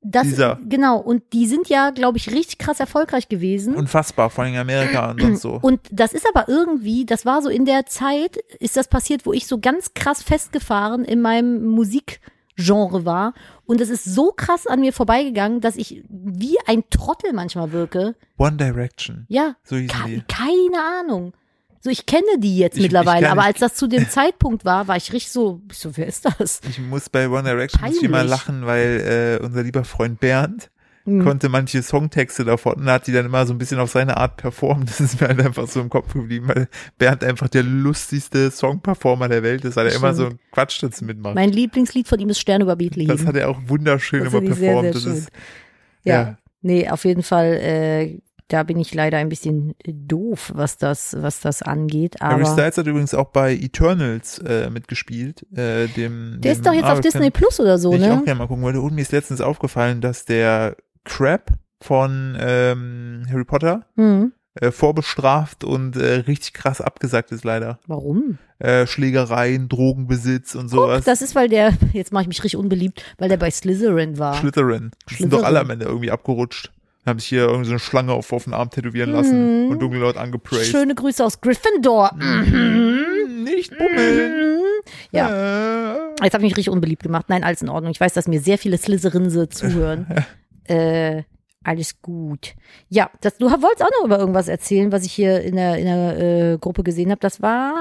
Speaker 2: Das,
Speaker 1: Dieser.
Speaker 2: Genau, und die sind ja, glaube ich, richtig krass erfolgreich gewesen.
Speaker 1: unfassbar, vor allem in Amerika und sonst so.
Speaker 2: Mhm. Und das ist aber irgendwie, das war so in der Zeit, ist das passiert, wo ich so ganz krass festgefahren in meinem Musikgenre war. Und es ist so krass an mir vorbeigegangen, dass ich wie ein Trottel manchmal wirke.
Speaker 1: One Direction,
Speaker 2: Ja,
Speaker 1: so hießen
Speaker 2: ke
Speaker 1: die.
Speaker 2: keine Ahnung. So, ich kenne die jetzt
Speaker 1: Ich- ich
Speaker 2: mittlerweile,
Speaker 1: gar
Speaker 2: aber
Speaker 1: nicht.
Speaker 2: als das zu dem Zeitpunkt war, war ich richtig so, ich so, wer ist das?
Speaker 1: Ich muss bei One Direction muss ich immer
Speaker 2: Peinlich.
Speaker 1: lachen, weil äh, unser lieber Freund Bernd
Speaker 2: Hm.
Speaker 1: konnte manche Songtexte davon und hat die dann immer so ein bisschen auf seine Art performt. Das ist mir halt einfach so im Kopf geblieben, weil Bernd einfach der lustigste Songperformer der Welt ist, weil er immer so einen Quatsch dazu mitmacht.
Speaker 2: Mein Lieblingslied von ihm ist Stern über Bethlehem.
Speaker 1: Das hat er auch wunderschön
Speaker 2: Das
Speaker 1: immer
Speaker 2: finde ich sehr,
Speaker 1: performt.
Speaker 2: sehr
Speaker 1: das
Speaker 2: schön.
Speaker 1: ist,
Speaker 2: Ja,
Speaker 1: Ja.
Speaker 2: nee, auf jeden Fall, äh, da bin ich leider ein bisschen doof, was das, was das angeht.
Speaker 1: Harry
Speaker 2: Aber
Speaker 1: Styles hat übrigens auch bei Eternals äh, mitgespielt. Äh, dem, dem
Speaker 2: der ist doch jetzt auf
Speaker 1: Marvel-Film,
Speaker 2: Disney Plus oder so,
Speaker 1: den Ich auch
Speaker 2: ne?
Speaker 1: gerne mal gucken wollte. Und mir ist letztens aufgefallen, dass der Crab von ähm, Harry Potter
Speaker 2: Hm.
Speaker 1: äh, vorbestraft und äh, richtig krass abgesagt ist leider.
Speaker 2: Warum?
Speaker 1: Äh, Schlägereien, Drogenbesitz und sowas.
Speaker 2: Guck, das ist, weil der, jetzt mache ich mich richtig unbeliebt, weil der bei Slytherin war.
Speaker 1: Slytherin. Die sind
Speaker 2: Slytherin.
Speaker 1: doch alle am Ende irgendwie abgerutscht. Haben sich hier irgendwie so eine Schlange auf, auf den Arm tätowieren lassen
Speaker 2: Mhm.
Speaker 1: und Dunkelhaut angepraised.
Speaker 2: Schöne Grüße aus Gryffindor.
Speaker 1: Mhm. Nicht bummeln.
Speaker 2: Mhm. Ja,
Speaker 1: Äh,
Speaker 2: jetzt habe ich mich richtig unbeliebt gemacht. Nein, alles in Ordnung. Ich weiß, dass mir sehr viele Slytherinse zuhören. äh, alles gut. Ja, das, du wolltest auch noch über irgendwas erzählen, was ich hier in der, in der äh, Gruppe gesehen habe. Das war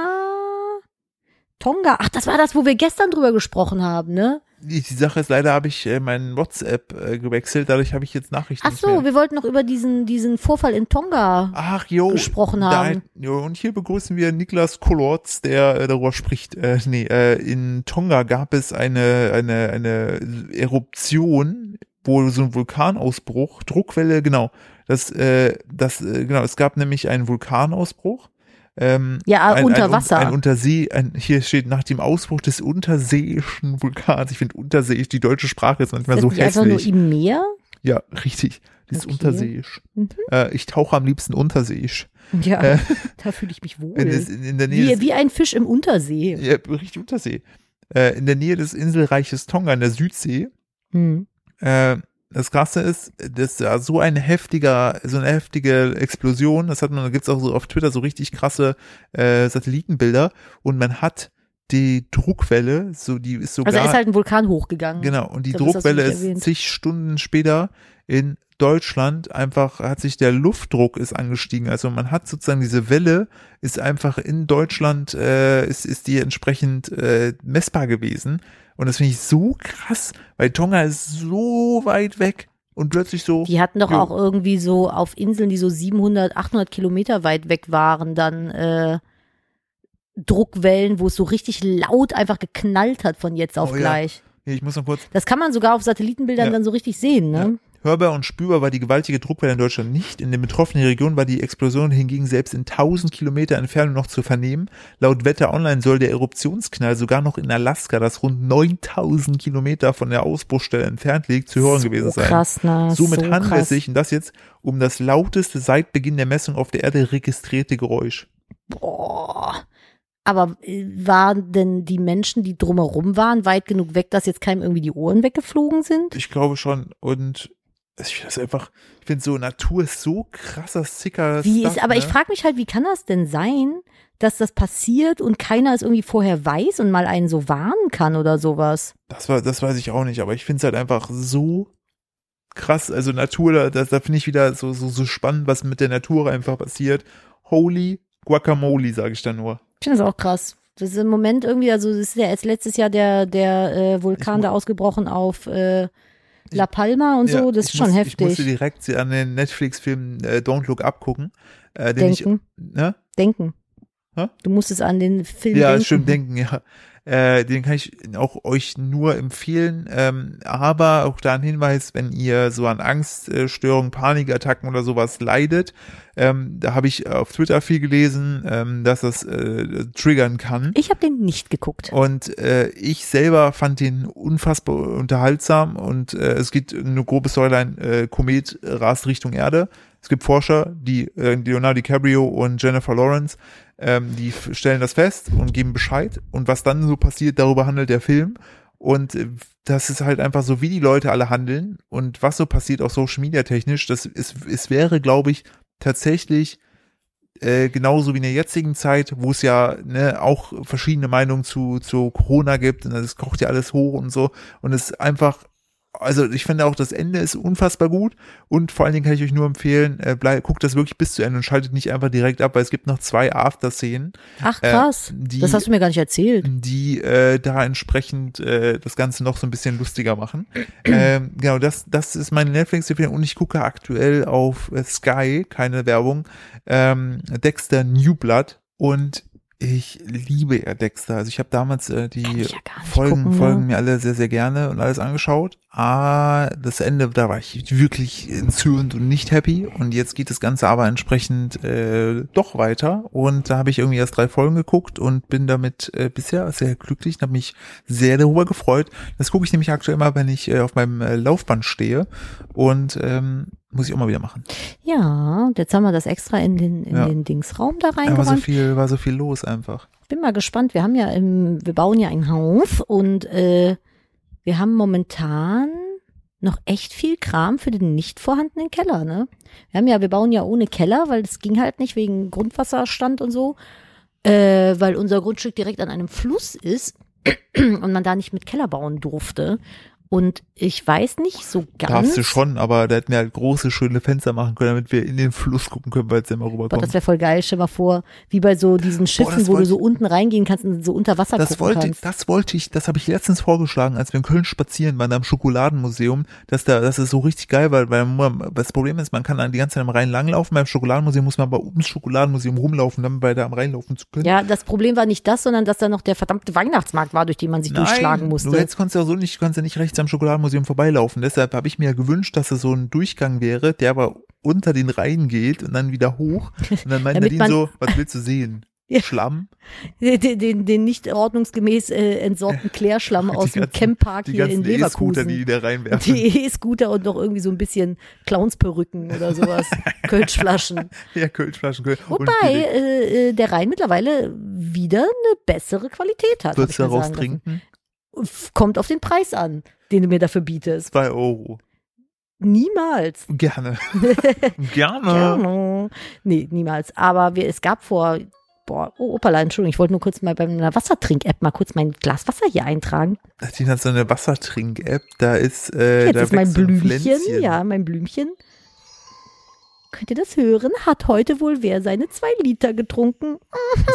Speaker 2: Tonga. Ach, das war das, wo wir gestern drüber gesprochen haben, ne?
Speaker 1: Die, die Sache ist, leider habe ich äh, mein WhatsApp äh, gewechselt, dadurch habe ich jetzt Nachrichten.
Speaker 2: Ach
Speaker 1: nicht
Speaker 2: so,
Speaker 1: mehr.
Speaker 2: wir wollten noch über diesen, diesen Vorfall in Tonga.
Speaker 1: Ach jo,
Speaker 2: gesprochen haben.
Speaker 1: Da, jo, und hier begrüßen wir Niklas Kolorz, der äh, darüber spricht. Äh, nee, äh, in Tonga gab es eine, eine, eine Eruption, wo so ein Vulkanausbruch, Druckwelle, genau. Das, äh, das, äh, genau, es gab nämlich einen Vulkanausbruch. Ähm,
Speaker 2: Ja,
Speaker 1: ein,
Speaker 2: unter
Speaker 1: ein,
Speaker 2: Wasser.
Speaker 1: Ein Untersee, ein, hier steht nach dem Ausbruch des unterseeischen Vulkans. Ich finde unterseeisch, die deutsche Sprache ist manchmal
Speaker 2: Ist
Speaker 1: so
Speaker 2: das nicht einfach Also nur
Speaker 1: hässlich.
Speaker 2: im Meer?
Speaker 1: Ja, richtig. Das ist
Speaker 2: Okay.
Speaker 1: unterseeisch.
Speaker 2: Mhm.
Speaker 1: Äh, ich tauche am liebsten unterseeisch.
Speaker 2: Ja,
Speaker 1: Äh,
Speaker 2: da fühle ich mich wohl.
Speaker 1: In, des, in, in der Nähe
Speaker 2: Wie, wie ein Fisch im Untersee.
Speaker 1: des, ja, richtig Untersee. Äh, in der Nähe des Inselreiches Tonga in der Südsee.
Speaker 2: Hm.
Speaker 1: Äh, das Krasse ist, dass da so ein heftiger, so eine heftige Explosion, das hat man, da gibt's auch so auf Twitter so richtig krasse äh, Satellitenbilder und man hat die Druckwelle, so die ist sogar
Speaker 2: Also da ist halt ein Vulkan hochgegangen.
Speaker 1: Genau, und die
Speaker 2: Ich glaub, das hast du
Speaker 1: Druckwelle
Speaker 2: nicht
Speaker 1: ist
Speaker 2: erwähnt.
Speaker 1: zig Stunden später in Deutschland einfach hat sich der Luftdruck ist angestiegen. Also man hat sozusagen diese Welle ist einfach in Deutschland äh, ist ist die entsprechend äh, messbar gewesen und das finde ich so krass, weil Tonga ist so weit weg und plötzlich so
Speaker 2: Die hatten doch
Speaker 1: Jo.
Speaker 2: auch irgendwie so auf Inseln, die so 700, 800 Kilometer weit weg waren, dann äh, Druckwellen, wo es so richtig laut einfach geknallt hat von jetzt auf
Speaker 1: Oh ja.
Speaker 2: gleich.
Speaker 1: Hier, ich muss noch kurz
Speaker 2: Das kann man sogar auf Satellitenbildern
Speaker 1: Ja.
Speaker 2: dann so richtig sehen, ne?
Speaker 1: Hörbar und spürbar war die gewaltige Druckwelle in Deutschland nicht. In den betroffenen Regionen war die Explosion hingegen selbst in 1000 Kilometer Entfernung noch zu vernehmen. Laut Wetter Online soll der Eruptionsknall sogar noch in Alaska, das rund 9000 Kilometer von der Ausbruchstelle entfernt liegt, zu hören
Speaker 2: so
Speaker 1: gewesen sein.
Speaker 2: Krass, ne?
Speaker 1: Somit
Speaker 2: so
Speaker 1: handelt es
Speaker 2: krass.
Speaker 1: sich, und das jetzt, um das lauteste seit Beginn der Messung auf der Erde registrierte Geräusch.
Speaker 2: Boah. Aber äh, waren denn die Menschen, die drumherum waren, weit genug weg, dass jetzt keinem irgendwie die Ohren weggeflogen sind?
Speaker 1: Ich glaube schon, und ich finde das einfach, ich finde so Natur ist so krasser, sicker
Speaker 2: Wie
Speaker 1: Stuff,
Speaker 2: ist, aber
Speaker 1: ne?
Speaker 2: ich frage mich halt, wie kann das denn sein, dass das passiert und keiner es irgendwie vorher weiß und mal einen so warnen kann oder sowas?
Speaker 1: Das, war, das weiß ich auch nicht, aber ich finde es halt einfach so krass. Also Natur, da, da, da finde ich wieder so, so, so spannend, was mit der Natur einfach passiert. Holy Guacamole, sage ich dann nur.
Speaker 2: Ich finde das auch krass. Das ist im Moment irgendwie, also das ist ja erst letztes Jahr der, der äh, Vulkan
Speaker 1: Ich mu-
Speaker 2: da ausgebrochen auf äh, La Palma und
Speaker 1: Ja,
Speaker 2: so. Das
Speaker 1: ich
Speaker 2: ist schon
Speaker 1: muss, Ich musste
Speaker 2: heftig.
Speaker 1: direkt an den Netflix-Film äh, Don't Look Up gucken. Äh, den
Speaker 2: Denken,
Speaker 1: ich, ne?
Speaker 2: denken.
Speaker 1: Hä?
Speaker 2: Du musstest an den Film
Speaker 1: Ja,
Speaker 2: denken.
Speaker 1: stimmt, denken, ja. Äh, den kann ich auch euch nur empfehlen, ähm, aber auch da ein Hinweis, wenn ihr so an Angststörungen, Panikattacken oder sowas leidet, ähm, da habe ich auf Twitter viel gelesen, ähm, dass das äh, triggern kann.
Speaker 2: Ich habe den nicht geguckt.
Speaker 1: Und äh, ich selber fand den unfassbar unterhaltsam und äh, es geht eine grobe Storyline, äh, Komet rast Richtung Erde. Es gibt Forscher, die äh, Leonardo DiCaprio und Jennifer Lawrence, ähm, die f- stellen das fest und geben Bescheid. Und was dann so passiert, darüber handelt der Film. Und äh, das ist halt einfach so, wie die Leute alle handeln und was so passiert, auch Social Media technisch, das ist, es wäre, glaube ich, tatsächlich äh, genauso wie in der jetzigen Zeit, wo es ja ne, auch verschiedene Meinungen zu, zu Corona gibt und es kocht ja alles hoch und so und es ist einfach, also ich finde auch das Ende ist unfassbar gut und vor allen Dingen kann ich euch nur empfehlen, äh, bleib, guckt das wirklich bis zu Ende und schaltet nicht einfach direkt ab, weil es gibt noch zwei After-Szenen,
Speaker 2: Ach
Speaker 1: äh,
Speaker 2: krass,
Speaker 1: die-
Speaker 2: das hast du mir gar nicht erzählt.
Speaker 1: die äh, da entsprechend äh, das Ganze noch so ein bisschen lustiger machen. ähm, genau, das, das ist meine Netflix-Empfehlung und ich gucke aktuell auf äh, Sky, keine Werbung, ähm, Dexter New Blood und ich liebe ja Dexter. Also ich habe damals äh,
Speaker 2: Kann
Speaker 1: die
Speaker 2: ich ja gar nicht
Speaker 1: Folgen,
Speaker 2: gucken, ne?
Speaker 1: Folgen mir alle sehr, sehr gerne und alles angeschaut. Ah, das Ende, da war ich wirklich entzürnt und nicht happy. Und jetzt geht das Ganze aber entsprechend äh, doch weiter. Und da habe ich irgendwie erst drei Folgen geguckt und bin damit äh, bisher sehr glücklich und habe mich sehr darüber gefreut. Das gucke ich nämlich aktuell mal, wenn ich äh, auf meinem äh, Laufband stehe. Und ähm, muss ich auch mal wieder machen.
Speaker 2: Ja, und jetzt haben wir das extra in den, in
Speaker 1: Ja.
Speaker 2: den Dingsraum da
Speaker 1: Da war so
Speaker 2: reingeräumt.
Speaker 1: viel, war so viel los einfach.
Speaker 2: Bin mal gespannt. Wir haben ja im, wir bauen ja ein Haus und äh, wir haben momentan noch echt viel Kram für den nicht vorhandenen Keller, ne? Wir haben ja, wir bauen ja ohne Keller, weil das ging halt nicht wegen Grundwasserstand und so, äh, weil unser Grundstück direkt an einem Fluss ist und man da nicht mit Keller bauen durfte. Und ich weiß nicht so ganz.
Speaker 1: Darfst du schon, aber da hätten wir halt große, schöne Fenster machen können, damit wir in den Fluss gucken können, weil es immer
Speaker 2: Boah,
Speaker 1: rüberkommt.
Speaker 2: das wäre voll geil. Stell mal vor, wie bei so diesen Schiffen,
Speaker 1: das
Speaker 2: wo du
Speaker 1: wollte-
Speaker 2: so unten reingehen kannst und so unter Wasser
Speaker 1: Das
Speaker 2: gucken
Speaker 1: wollte,
Speaker 2: kannst.
Speaker 1: das wollte ich, das habe ich letztens vorgeschlagen, als wir in Köln spazieren waren, da im Schokoladenmuseum, dass da, das ist so richtig geil, weil, weil man, das Problem ist, man kann dann die ganze Zeit am Rhein langlaufen, beim Schokoladenmuseum muss man aber ums Schokoladenmuseum rumlaufen, damit bei da am Rhein laufen zu können.
Speaker 2: Ja, das Problem war nicht das, sondern dass da noch der verdammte Weihnachtsmarkt war, durch den man sich durchschlagen
Speaker 1: Du
Speaker 2: musste.
Speaker 1: jetzt konntest ja so nicht, konntest ja nicht rechts am Schokoladenmuseum vorbeilaufen. Deshalb habe ich mir gewünscht, dass es so ein Durchgang wäre, der aber unter den Rhein geht und dann wieder hoch. Und dann meint
Speaker 2: Damit
Speaker 1: Nadine
Speaker 2: man-
Speaker 1: so, was willst du sehen?
Speaker 2: Ja.
Speaker 1: Schlamm?
Speaker 2: Den, den, den nicht ordnungsgemäß äh, entsorgten Klärschlamm aus dem
Speaker 1: ganzen-
Speaker 2: Camppark
Speaker 1: Die
Speaker 2: hier in
Speaker 1: ganzen E-Scooter,
Speaker 2: Leverkusen.
Speaker 1: die die da reinwerfen.
Speaker 2: Die E-Scooter und noch irgendwie so ein bisschen Clownsperücken oder sowas. Kölschflaschen.
Speaker 1: ja, Kölschflaschen, Kölsch.
Speaker 2: Wobei äh, äh, der Rhein mittlerweile wieder eine bessere Qualität hat. hab
Speaker 1: Würdest
Speaker 2: Also ich
Speaker 1: du
Speaker 2: mir
Speaker 1: daraus
Speaker 2: sagen hm?
Speaker 1: trinken?
Speaker 2: lassen. F- Kommt auf den Preis an, den du mir dafür bietest.
Speaker 1: Zwei Euro.
Speaker 2: Niemals.
Speaker 1: Gerne. Gerne.
Speaker 2: Gerne. Nee, niemals. Aber wir, es gab vor, boah, oh, Opala, Entschuldigung, ich wollte nur kurz mal bei meiner Wassertrink-App mal kurz mein Glas Wasser hier eintragen.
Speaker 1: Nadine hat so eine Wassertrink-App, da ist, äh,
Speaker 2: Jetzt
Speaker 1: da
Speaker 2: ist mein
Speaker 1: wächst so ein
Speaker 2: Blümchen,
Speaker 1: Pflänzchen.
Speaker 2: ja, mein Blümchen. Könnt ihr das hören? Hat heute wohl wer seine zwei Liter getrunken?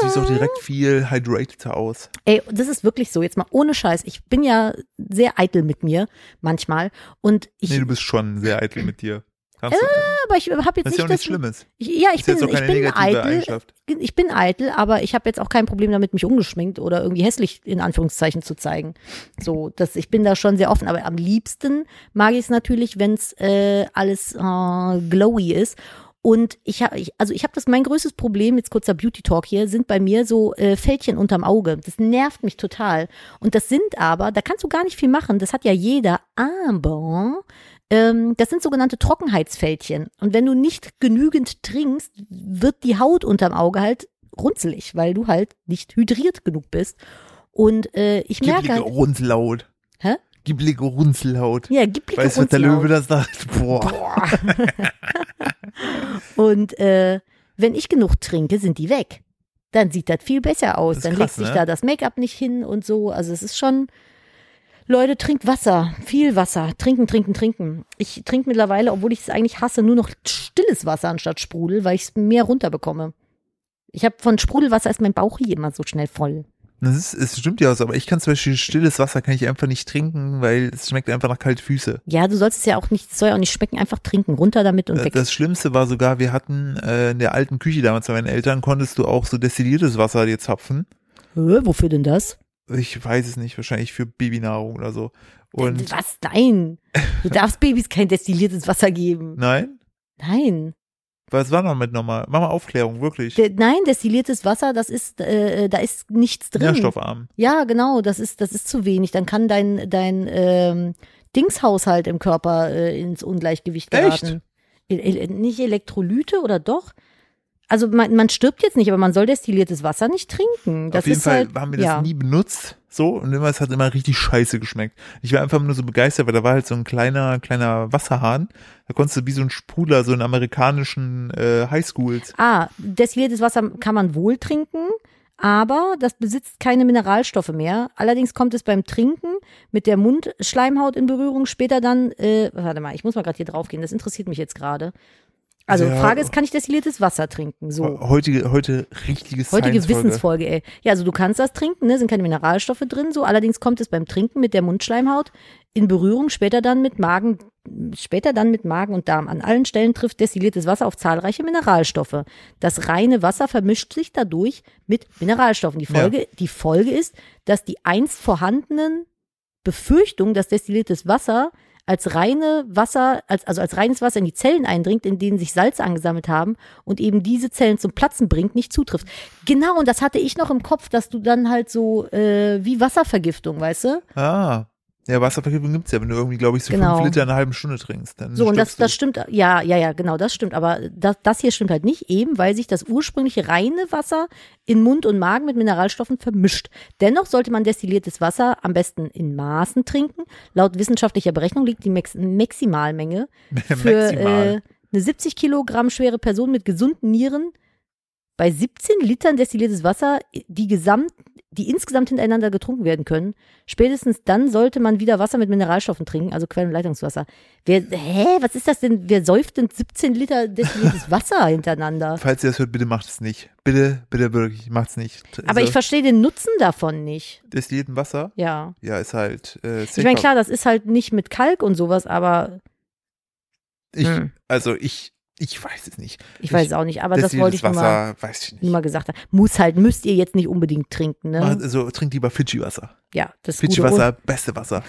Speaker 1: Sie sieht auch direkt viel hydrateter aus.
Speaker 2: Ey, das ist wirklich so, jetzt mal ohne Scheiß. Ich bin ja sehr eitel mit mir manchmal. Und ich,
Speaker 1: Nee, du bist schon sehr eitel mit dir. Kannst du,
Speaker 2: aber ich habe
Speaker 1: das ist
Speaker 2: jetzt nicht
Speaker 1: ja auch
Speaker 2: das.
Speaker 1: nichts Schlimmes.
Speaker 2: Ich, ja, ich
Speaker 1: ist jetzt auch
Speaker 2: bin, ich
Speaker 1: keine
Speaker 2: bin
Speaker 1: negative
Speaker 2: eitel.
Speaker 1: Eigenschaft.
Speaker 2: Ich bin eitel, aber ich habe jetzt auch kein Problem damit, mich ungeschminkt oder irgendwie hässlich in Anführungszeichen zu zeigen. So, das, ich bin da schon sehr offen. Aber am liebsten mag ich es natürlich, wenn es äh, alles äh, glowy ist. Und ich habe, ich, also ich habe das mein größtes Problem, jetzt kurzer Beauty Talk hier, sind bei mir so äh, Fältchen unterm Auge. Das nervt mich total. Und das sind aber, da kannst du gar nicht viel machen, das hat ja jeder, aber ähm, das sind sogenannte Trockenheitsfältchen. Und wenn du nicht genügend trinkst, wird die Haut unterm Auge halt runzelig, weil du halt nicht hydriert genug bist. Und äh, ich merke
Speaker 1: Gibblige
Speaker 2: halt,
Speaker 1: Runzlaut.
Speaker 2: Hä?
Speaker 1: Gibblige Runzlaut.
Speaker 2: ja, gib
Speaker 1: weißt du, was der Löwe da sagt? Boah.
Speaker 2: Boah. und äh, wenn ich genug trinke, sind die weg. Dann sieht das viel besser aus.
Speaker 1: Das ist
Speaker 2: Dann
Speaker 1: krass,
Speaker 2: legt sich
Speaker 1: ne?
Speaker 2: da das Make-up nicht hin und so. Also es ist schon. Leute, trinkt Wasser, viel Wasser. Trinken, trinken, trinken. Ich trinke mittlerweile, obwohl ich es eigentlich hasse, nur noch stilles Wasser anstatt Sprudel, weil ich es mehr runterbekomme. Ich habe von Sprudelwasser ist mein Bauch hier immer so schnell voll.
Speaker 1: Das ist, es stimmt ja aus, aber ich kann zum Beispiel stilles Wasser kann ich einfach nicht trinken, weil es schmeckt einfach nach kalte Füße.
Speaker 2: Ja, du sollst es ja auch nicht, es soll ja auch nicht schmecken, einfach trinken, runter damit und
Speaker 1: Äh, Das,
Speaker 2: weg.
Speaker 1: das Schlimmste war sogar, wir hatten äh, in der alten Küche damals bei meinen Eltern, konntest du auch so destilliertes Wasser dir zapfen.
Speaker 2: Hä, wofür denn das?
Speaker 1: Ich weiß es nicht, wahrscheinlich für Babynahrung oder so. Und
Speaker 2: Was? Nein. Du darfst Babys kein destilliertes Wasser geben.
Speaker 1: nein?
Speaker 2: Nein.
Speaker 1: Was war noch mit nochmal? Mach mal Aufklärung, wirklich.
Speaker 2: De nein, destilliertes Wasser, das ist, äh, da ist nichts drin.
Speaker 1: Nährstoffarm.
Speaker 2: Ja, genau, das ist, das ist zu wenig. Dann kann dein, dein ähm, Dingshaushalt im Körper äh, ins Ungleichgewicht geraten. Echt? E e nicht Elektrolyte oder doch? Also man, man stirbt jetzt nicht, aber man soll destilliertes Wasser nicht trinken. Das
Speaker 1: Auf jeden
Speaker 2: ist
Speaker 1: Fall
Speaker 2: halt,
Speaker 1: haben wir das
Speaker 2: ja.
Speaker 1: nie benutzt, so und immer es hat immer richtig scheiße geschmeckt. Ich war einfach nur so begeistert, weil da war halt so ein kleiner kleiner Wasserhahn, da konntest du wie so ein Sprudler so in amerikanischen äh, Highschools.
Speaker 2: Ah, destilliertes Wasser kann man wohl trinken, aber das besitzt keine Mineralstoffe mehr. Allerdings kommt es beim Trinken mit der Mundschleimhaut in Berührung später dann, äh, warte mal, ich muss mal gerade hier drauf gehen, das interessiert mich jetzt gerade. Also
Speaker 1: Ja. Oh,
Speaker 2: Frage ist, kann ich destilliertes Wasser trinken? So.
Speaker 1: Heutige heute richtiges
Speaker 2: Heutige
Speaker 1: Science-Folge.
Speaker 2: Wissensfolge, ey. Ja, also du kannst das trinken, ne? sind keine Mineralstoffe drin, so. Allerdings kommt es beim Trinken mit der Mundschleimhaut in Berührung, später dann mit Magen, später dann mit Magen und Darm. An allen Stellen trifft destilliertes Wasser auf zahlreiche Mineralstoffe. Das reine Wasser vermischt sich dadurch mit Mineralstoffen. Die
Speaker 1: Ja.
Speaker 2: Folge, die Folge ist, dass die einst vorhandenen Befürchtungen, dass destilliertes Wasser als reine Wasser, als, also als reines Wasser in die Zellen eindringt, in denen sich Salze angesammelt haben und eben diese Zellen zum Platzen bringt, nicht zutrifft. Genau, und das hatte ich noch im Kopf, dass du dann halt so äh, wie Wasservergiftung, weißt du?
Speaker 1: Ah. Ja, Wasservergiftung gibt's ja, wenn du irgendwie, glaube ich, so
Speaker 2: Genau.
Speaker 1: fünf Liter in einer halben Stunde trinkst. Dann
Speaker 2: So, und das,
Speaker 1: stirbst du.
Speaker 2: das stimmt, ja, ja, ja, genau, das stimmt. Aber das, das hier stimmt halt nicht, eben weil sich das ursprüngliche reine Wasser in Mund und Magen mit Mineralstoffen vermischt. Dennoch sollte man destilliertes Wasser am besten in Maßen trinken. Laut wissenschaftlicher Berechnung liegt die Max Maximalmenge für
Speaker 1: Maximal.
Speaker 2: äh, eine 70 Kilogramm schwere Person mit gesunden Nieren bei 17 Litern destilliertes Wasser die gesamt die insgesamt hintereinander getrunken werden können, spätestens dann sollte man wieder Wasser mit Mineralstoffen trinken, also Quellen- und Leitungswasser. Wer, hä, was ist das denn? Wer säuft denn 17 Liter destilliertes Wasser hintereinander?
Speaker 1: Falls ihr das hört, bitte macht es nicht. Bitte, bitte wirklich, macht's nicht.
Speaker 2: Aber ich verstehe den Nutzen davon nicht.
Speaker 1: Destillierten Wasser,
Speaker 2: Ja.
Speaker 1: ja, ist halt. Äh,
Speaker 2: Ich meine, klar, das ist halt nicht mit Kalk und sowas, aber
Speaker 1: Ich,
Speaker 2: Hm.
Speaker 1: Also ich, ich weiß es nicht.
Speaker 2: ich weiß
Speaker 1: Ich-
Speaker 2: es auch nicht. Aber das wollte ich nur mal,
Speaker 1: Wasser, weiß ich
Speaker 2: nur
Speaker 1: nicht.
Speaker 2: mal gesagt haben. Muss halt, müsst ihr jetzt nicht unbedingt trinken, ne?
Speaker 1: Also trink lieber Fidschi-Wasser.
Speaker 2: ja, das gute
Speaker 1: Fidschi-Wasser, beste Wasser.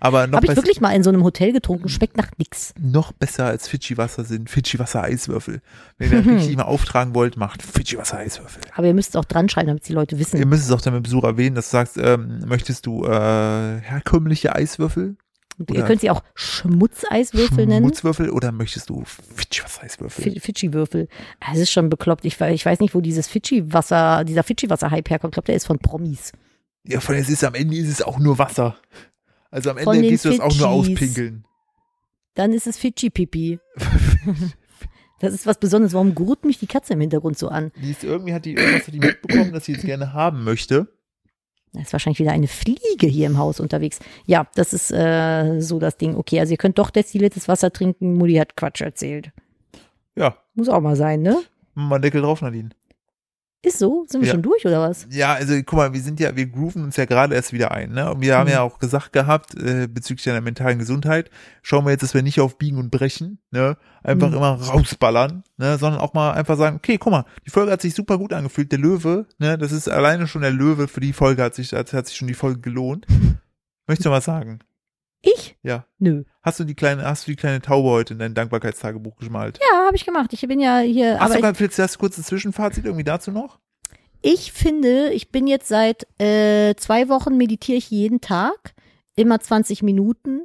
Speaker 1: Aber noch,
Speaker 2: Habe ich
Speaker 1: besser,
Speaker 2: wirklich mal in so einem Hotel getrunken, schmeckt nach nix.
Speaker 1: noch besser als Fidschi-Wasser sind Fidschi-Wasser-Eiswürfel. Wenn ihr das richtig mal auftragen wollt, macht Fidschi-Wasser-Eiswürfel.
Speaker 2: Aber ihr müsst es auch dran schreiben, damit die Leute wissen.
Speaker 1: Ihr müsst es auch dann mit Besuch erwähnen, dass du sagst, ähm, möchtest du äh, herkömmliche Eiswürfel,
Speaker 2: Und
Speaker 1: oder-
Speaker 2: ihr könnt sie auch Schmutzeiswürfel nennen.
Speaker 1: Schmutzwürfel oder möchtest du Fidschi-Wasser-Eiswürfel?
Speaker 2: Fi- Fidschi-Würfel. Ah, Es ist schon bekloppt. Ich, we- ich weiß nicht, wo dieses Fidschi-Wasser, dieser Fidschi-Wasser-Hype herkommt. Ich glaube, der ist von Promis.
Speaker 1: Ja, von es ist am Ende ist es auch nur Wasser. Also am
Speaker 2: Von
Speaker 1: Ende
Speaker 2: den
Speaker 1: gehst du das auch nur
Speaker 2: Fidschis.
Speaker 1: auspinkeln.
Speaker 2: Dann ist es Fidschi-Pipi. das ist was Besonderes. Warum gurt mich die Katze im Hintergrund so an?
Speaker 1: Die ist, irgendwie hat die irgendwas hat die mitbekommen, dass sie es gerne haben möchte.
Speaker 2: Da ist wahrscheinlich wieder eine Fliege hier im Haus unterwegs. Ja, das ist äh, so das Ding. Okay, also ihr könnt doch destilliertes Wasser trinken. Mutti hat Quatsch erzählt.
Speaker 1: Ja,
Speaker 2: Muss auch mal sein, ne?
Speaker 1: mal Deckel drauf, Nadine.
Speaker 2: Ist so? Sind wir
Speaker 1: Ja.
Speaker 2: schon durch oder was?
Speaker 1: Ja, also guck mal, wir sind ja, wir grooven uns ja gerade erst wieder ein, ne? Und wir haben
Speaker 2: Mhm.
Speaker 1: ja auch gesagt gehabt, äh, bezüglich deiner mentalen Gesundheit, schauen wir jetzt, dass wir nicht auf Biegen und Brechen, ne? Einfach
Speaker 2: Mhm.
Speaker 1: immer rausballern, ne? Sondern auch mal einfach sagen, okay, guck mal, die Folge hat sich super gut angefühlt, der Löwe, ne? Das ist alleine schon der Löwe für die Folge, hat sich, hat, hat sich schon die Folge gelohnt. Möchtest du mal sagen?
Speaker 2: Ich?
Speaker 1: Ja.
Speaker 2: Nö.
Speaker 1: Hast du die kleine, hast du die kleine Taube heute in dein Dankbarkeitstagebuch geschmalt?
Speaker 2: Ja, habe ich gemacht. Ich bin ja hier.
Speaker 1: hast
Speaker 2: aber
Speaker 1: du
Speaker 2: ich,
Speaker 1: gerade vielleicht das kurze Zwischenfazit irgendwie dazu noch?
Speaker 2: ich finde, ich bin jetzt seit äh, zwei Wochen meditiere ich jeden Tag, immer 20 Minuten.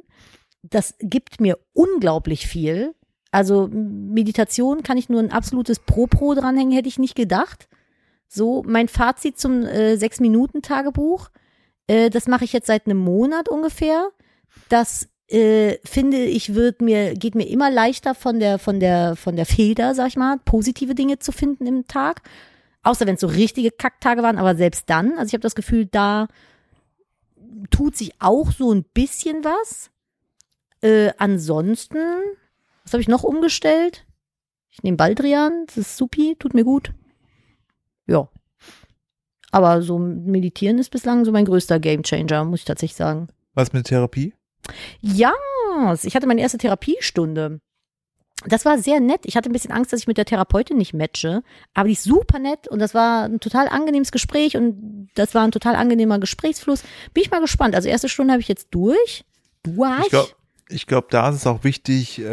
Speaker 2: Das gibt mir unglaublich viel. Also m- Meditation kann ich nur ein absolutes Pro-Pro dranhängen, hätte ich nicht gedacht. So, mein Fazit zum äh, Sechs-Minuten-Tagebuch, äh, das mache ich jetzt seit einem Monat ungefähr. Das äh, finde ich, wird mir, geht mir immer leichter von der, von der, von der Feder, sag ich mal, positive Dinge zu finden im Tag. Außer wenn es so richtige Kacktage waren, aber selbst dann, also ich habe das Gefühl, da tut sich auch so ein bisschen was. Äh, ansonsten, was habe ich noch umgestellt? Ich nehme Baldrian, das ist supi, tut mir gut. Ja. Aber so meditieren ist bislang so mein größter Gamechanger, muss ich tatsächlich sagen.
Speaker 1: Was mit Therapie?
Speaker 2: Ja, ich hatte meine erste Therapiestunde. Das war sehr nett. Ich hatte ein bisschen Angst, dass ich mit der Therapeutin nicht matche, aber die ist super nett und das war ein total angenehmes Gespräch und das war ein total angenehmer Gesprächsfluss. Bin ich mal gespannt. Also erste Stunde habe ich jetzt durch. Durch?
Speaker 1: Ich glaube, ich glaub, da ist es auch wichtig, äh,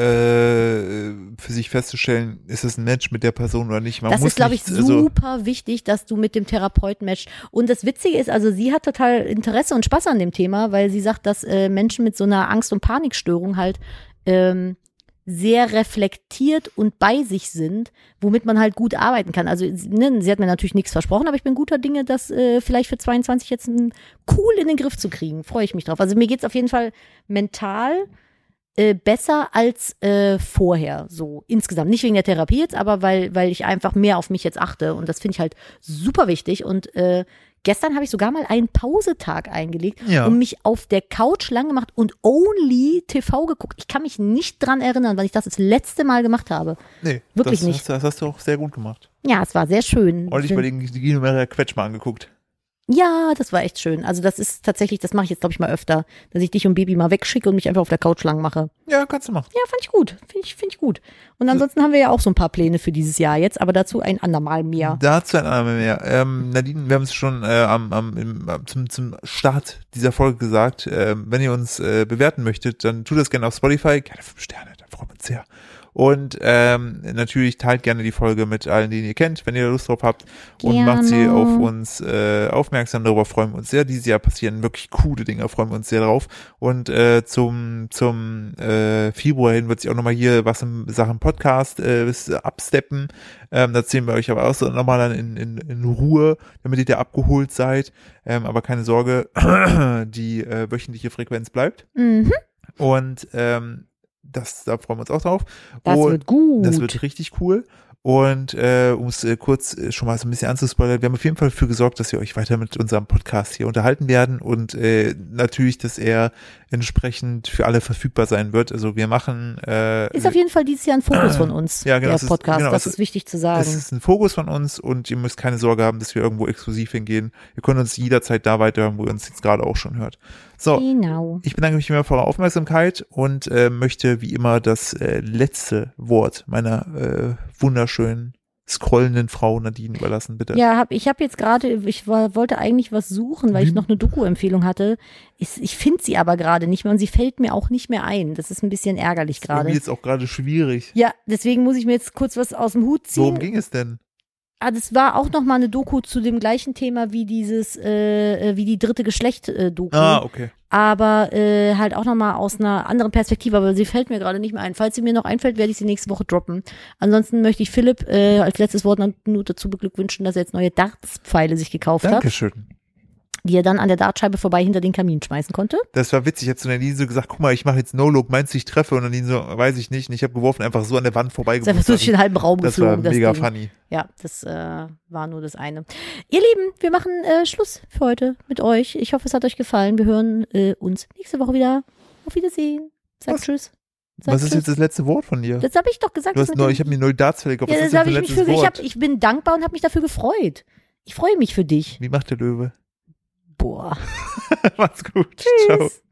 Speaker 1: für sich festzustellen, ist es ein Match mit der Person oder nicht. Man
Speaker 2: das
Speaker 1: muss
Speaker 2: ist, glaube ich,
Speaker 1: nicht, also,
Speaker 2: super wichtig, dass du mit dem Therapeuten matchst. Und das Witzige ist, also sie hat total Interesse und Spaß an dem Thema, weil sie sagt, dass äh, Menschen mit so einer Angst- und Panikstörung halt ähm, sehr reflektiert und bei sich sind, womit man halt gut arbeiten kann. Also ne, sie hat mir natürlich nichts versprochen, aber ich bin guter Dinge, das äh, vielleicht für 22 jetzt ein, cool in den Griff zu kriegen. Freue ich mich drauf. Also mir geht's auf jeden Fall mental äh, besser als äh, vorher, so insgesamt. Nicht wegen der Therapie jetzt, aber weil, weil ich einfach mehr auf mich jetzt achte und das finde ich halt super wichtig. Und äh, gestern habe ich sogar mal einen Pausetag eingelegt
Speaker 1: Ja.
Speaker 2: und mich auf der Couch lang gemacht und only TV geguckt. Ich kann mich nicht dran erinnern, wann ich das das letzte Mal gemacht habe.
Speaker 1: nee,
Speaker 2: wirklich
Speaker 1: das,
Speaker 2: nicht.
Speaker 1: Hast, das hast du auch sehr gut gemacht.
Speaker 2: Ja, es war sehr schön.
Speaker 1: Und ich bei den Gino Merer Quetsch mal angeguckt.
Speaker 2: Ja, das war echt schön. Also das ist tatsächlich, das mache ich jetzt, glaube ich, mal öfter, dass ich dich und Baby mal wegschicke und mich einfach auf der Couch lang mache.
Speaker 1: Ja, kannst du machen.
Speaker 2: Ja, fand ich gut. Finde ich, find ich gut. Und ansonsten haben wir ja auch so ein paar Pläne für dieses Jahr jetzt, aber dazu ein andermal mehr.
Speaker 1: Dazu ein andermal mehr. Ähm, Nadine, wir haben es schon äh, am, am, im, am- zum, zum Start dieser Folge gesagt. Ähm, wenn ihr uns äh, bewerten möchtet, dann tut das gerne auf Spotify. Gerne fünf Sterne, da freuen wir uns sehr. Und ähm, natürlich teilt gerne die Folge mit allen, die ihr kennt, wenn ihr da Lust drauf habt. Und
Speaker 2: Gerne.
Speaker 1: macht sie auf uns äh, aufmerksam. Darüber freuen wir uns sehr. Dieses Jahr passieren wirklich coole Dinge, freuen wir uns sehr drauf. Und äh, zum, zum äh, Februar hin wird sich auch nochmal hier was in Sachen Podcast äh, ist, äh, absteppen. Ähm, da ziehen wir euch aber auch so nochmal dann in, in, in Ruhe, damit ihr da abgeholt seid. Ähm, aber keine Sorge, die äh, wöchentliche Frequenz bleibt.
Speaker 2: Mhm.
Speaker 1: Und ähm, das, da freuen wir uns auch drauf.
Speaker 2: Das
Speaker 1: Und-
Speaker 2: wird gut.
Speaker 1: das wird richtig cool. Und äh, um es äh, kurz äh, schon mal so ein bisschen anzuspoilern, wir haben auf jeden Fall dafür gesorgt, dass wir euch weiter mit unserem Podcast hier unterhalten werden und äh, natürlich, dass er entsprechend für alle verfügbar sein wird. Also wir machen äh,
Speaker 2: Ist auf jeden Fall dieses Jahr ein Fokus von uns,
Speaker 1: Ja, genau, es
Speaker 2: der
Speaker 1: ist-
Speaker 2: Podcast.
Speaker 1: genau,
Speaker 2: das
Speaker 1: es-
Speaker 2: ist wichtig zu sagen.
Speaker 1: das ist ein Fokus von uns und ihr müsst keine Sorge haben, dass wir irgendwo exklusiv hingehen. Ihr könnt uns jederzeit da weiterhören, wo ihr uns jetzt gerade auch schon hört. So,
Speaker 2: genau.
Speaker 1: ich bedanke mich immer für eure Aufmerksamkeit und äh, möchte wie immer das äh, letzte Wort meiner äh, wunderschönen, scrollenden Frau Nadine überlassen, bitte.
Speaker 2: Ja, hab, ich habe jetzt gerade, ich war, wollte eigentlich was suchen, weil ich
Speaker 1: Mhm.
Speaker 2: noch eine Doku-Empfehlung hatte. Ich, ich finde sie aber gerade nicht mehr und sie fällt mir auch nicht mehr ein. Das ist ein bisschen ärgerlich
Speaker 1: Irgendwie
Speaker 2: gerade.
Speaker 1: jetzt auch gerade schwierig.
Speaker 2: Ja, deswegen muss ich mir jetzt kurz was aus dem Hut
Speaker 1: Worum
Speaker 2: ziehen.
Speaker 1: ging es denn?
Speaker 2: Ah, das war auch noch mal eine Doku zu dem gleichen Thema wie dieses, äh, äh, wie die dritte Geschlecht-Doku.
Speaker 1: Ah, okay.
Speaker 2: aber äh, halt auch nochmal aus einer anderen Perspektive, aber sie fällt mir gerade nicht mehr ein. Falls sie mir noch einfällt, werde ich sie nächste Woche droppen. Ansonsten möchte ich Philipp äh, als letztes Wort noch- nur dazu beglückwünschen, dass er jetzt neue Dartspfeile sich gekauft hat,
Speaker 1: Dankeschön.
Speaker 2: die er dann an der Dartscheibe vorbei hinter den Kamin schmeißen konnte.
Speaker 1: Das war witzig. Ich habe zu Nadine so gesagt, guck mal, ich mache jetzt No-Look, meinst du, ich treffe? Und Nadine so, weiß ich nicht. Und ich habe geworfen, einfach so an der Wand
Speaker 2: Ist einfach
Speaker 1: vorbeigeworfen.
Speaker 2: so durch den halben Raum
Speaker 1: das war
Speaker 2: geflogen.
Speaker 1: mega
Speaker 2: Ding.
Speaker 1: funny.
Speaker 2: Ja, das äh, war nur das eine. Ihr Lieben, wir machen äh, Schluss für heute mit euch. Ich hoffe, es hat euch gefallen. Wir hören äh, uns nächste Woche wieder. Auf Wiedersehen. Sagt
Speaker 1: Was?
Speaker 2: Tschüss. Sagt
Speaker 1: Was ist
Speaker 2: tschüss.
Speaker 1: jetzt das letzte Wort von dir?
Speaker 2: Das habe ich doch gesagt.
Speaker 1: Du
Speaker 2: das
Speaker 1: hast
Speaker 2: mit
Speaker 1: neu,
Speaker 2: dem-
Speaker 1: ich habe mir null Darts fertig
Speaker 2: Ja, das habe ich mich für.
Speaker 1: letztes
Speaker 2: Ich, hab,
Speaker 1: Wort?
Speaker 2: ich bin dankbar und habe mich dafür gefreut. Ich freue mich für dich.
Speaker 1: Wie macht der Löwe?
Speaker 2: Boah.
Speaker 1: Macht's gut.
Speaker 2: Tschüss.
Speaker 1: Ciao.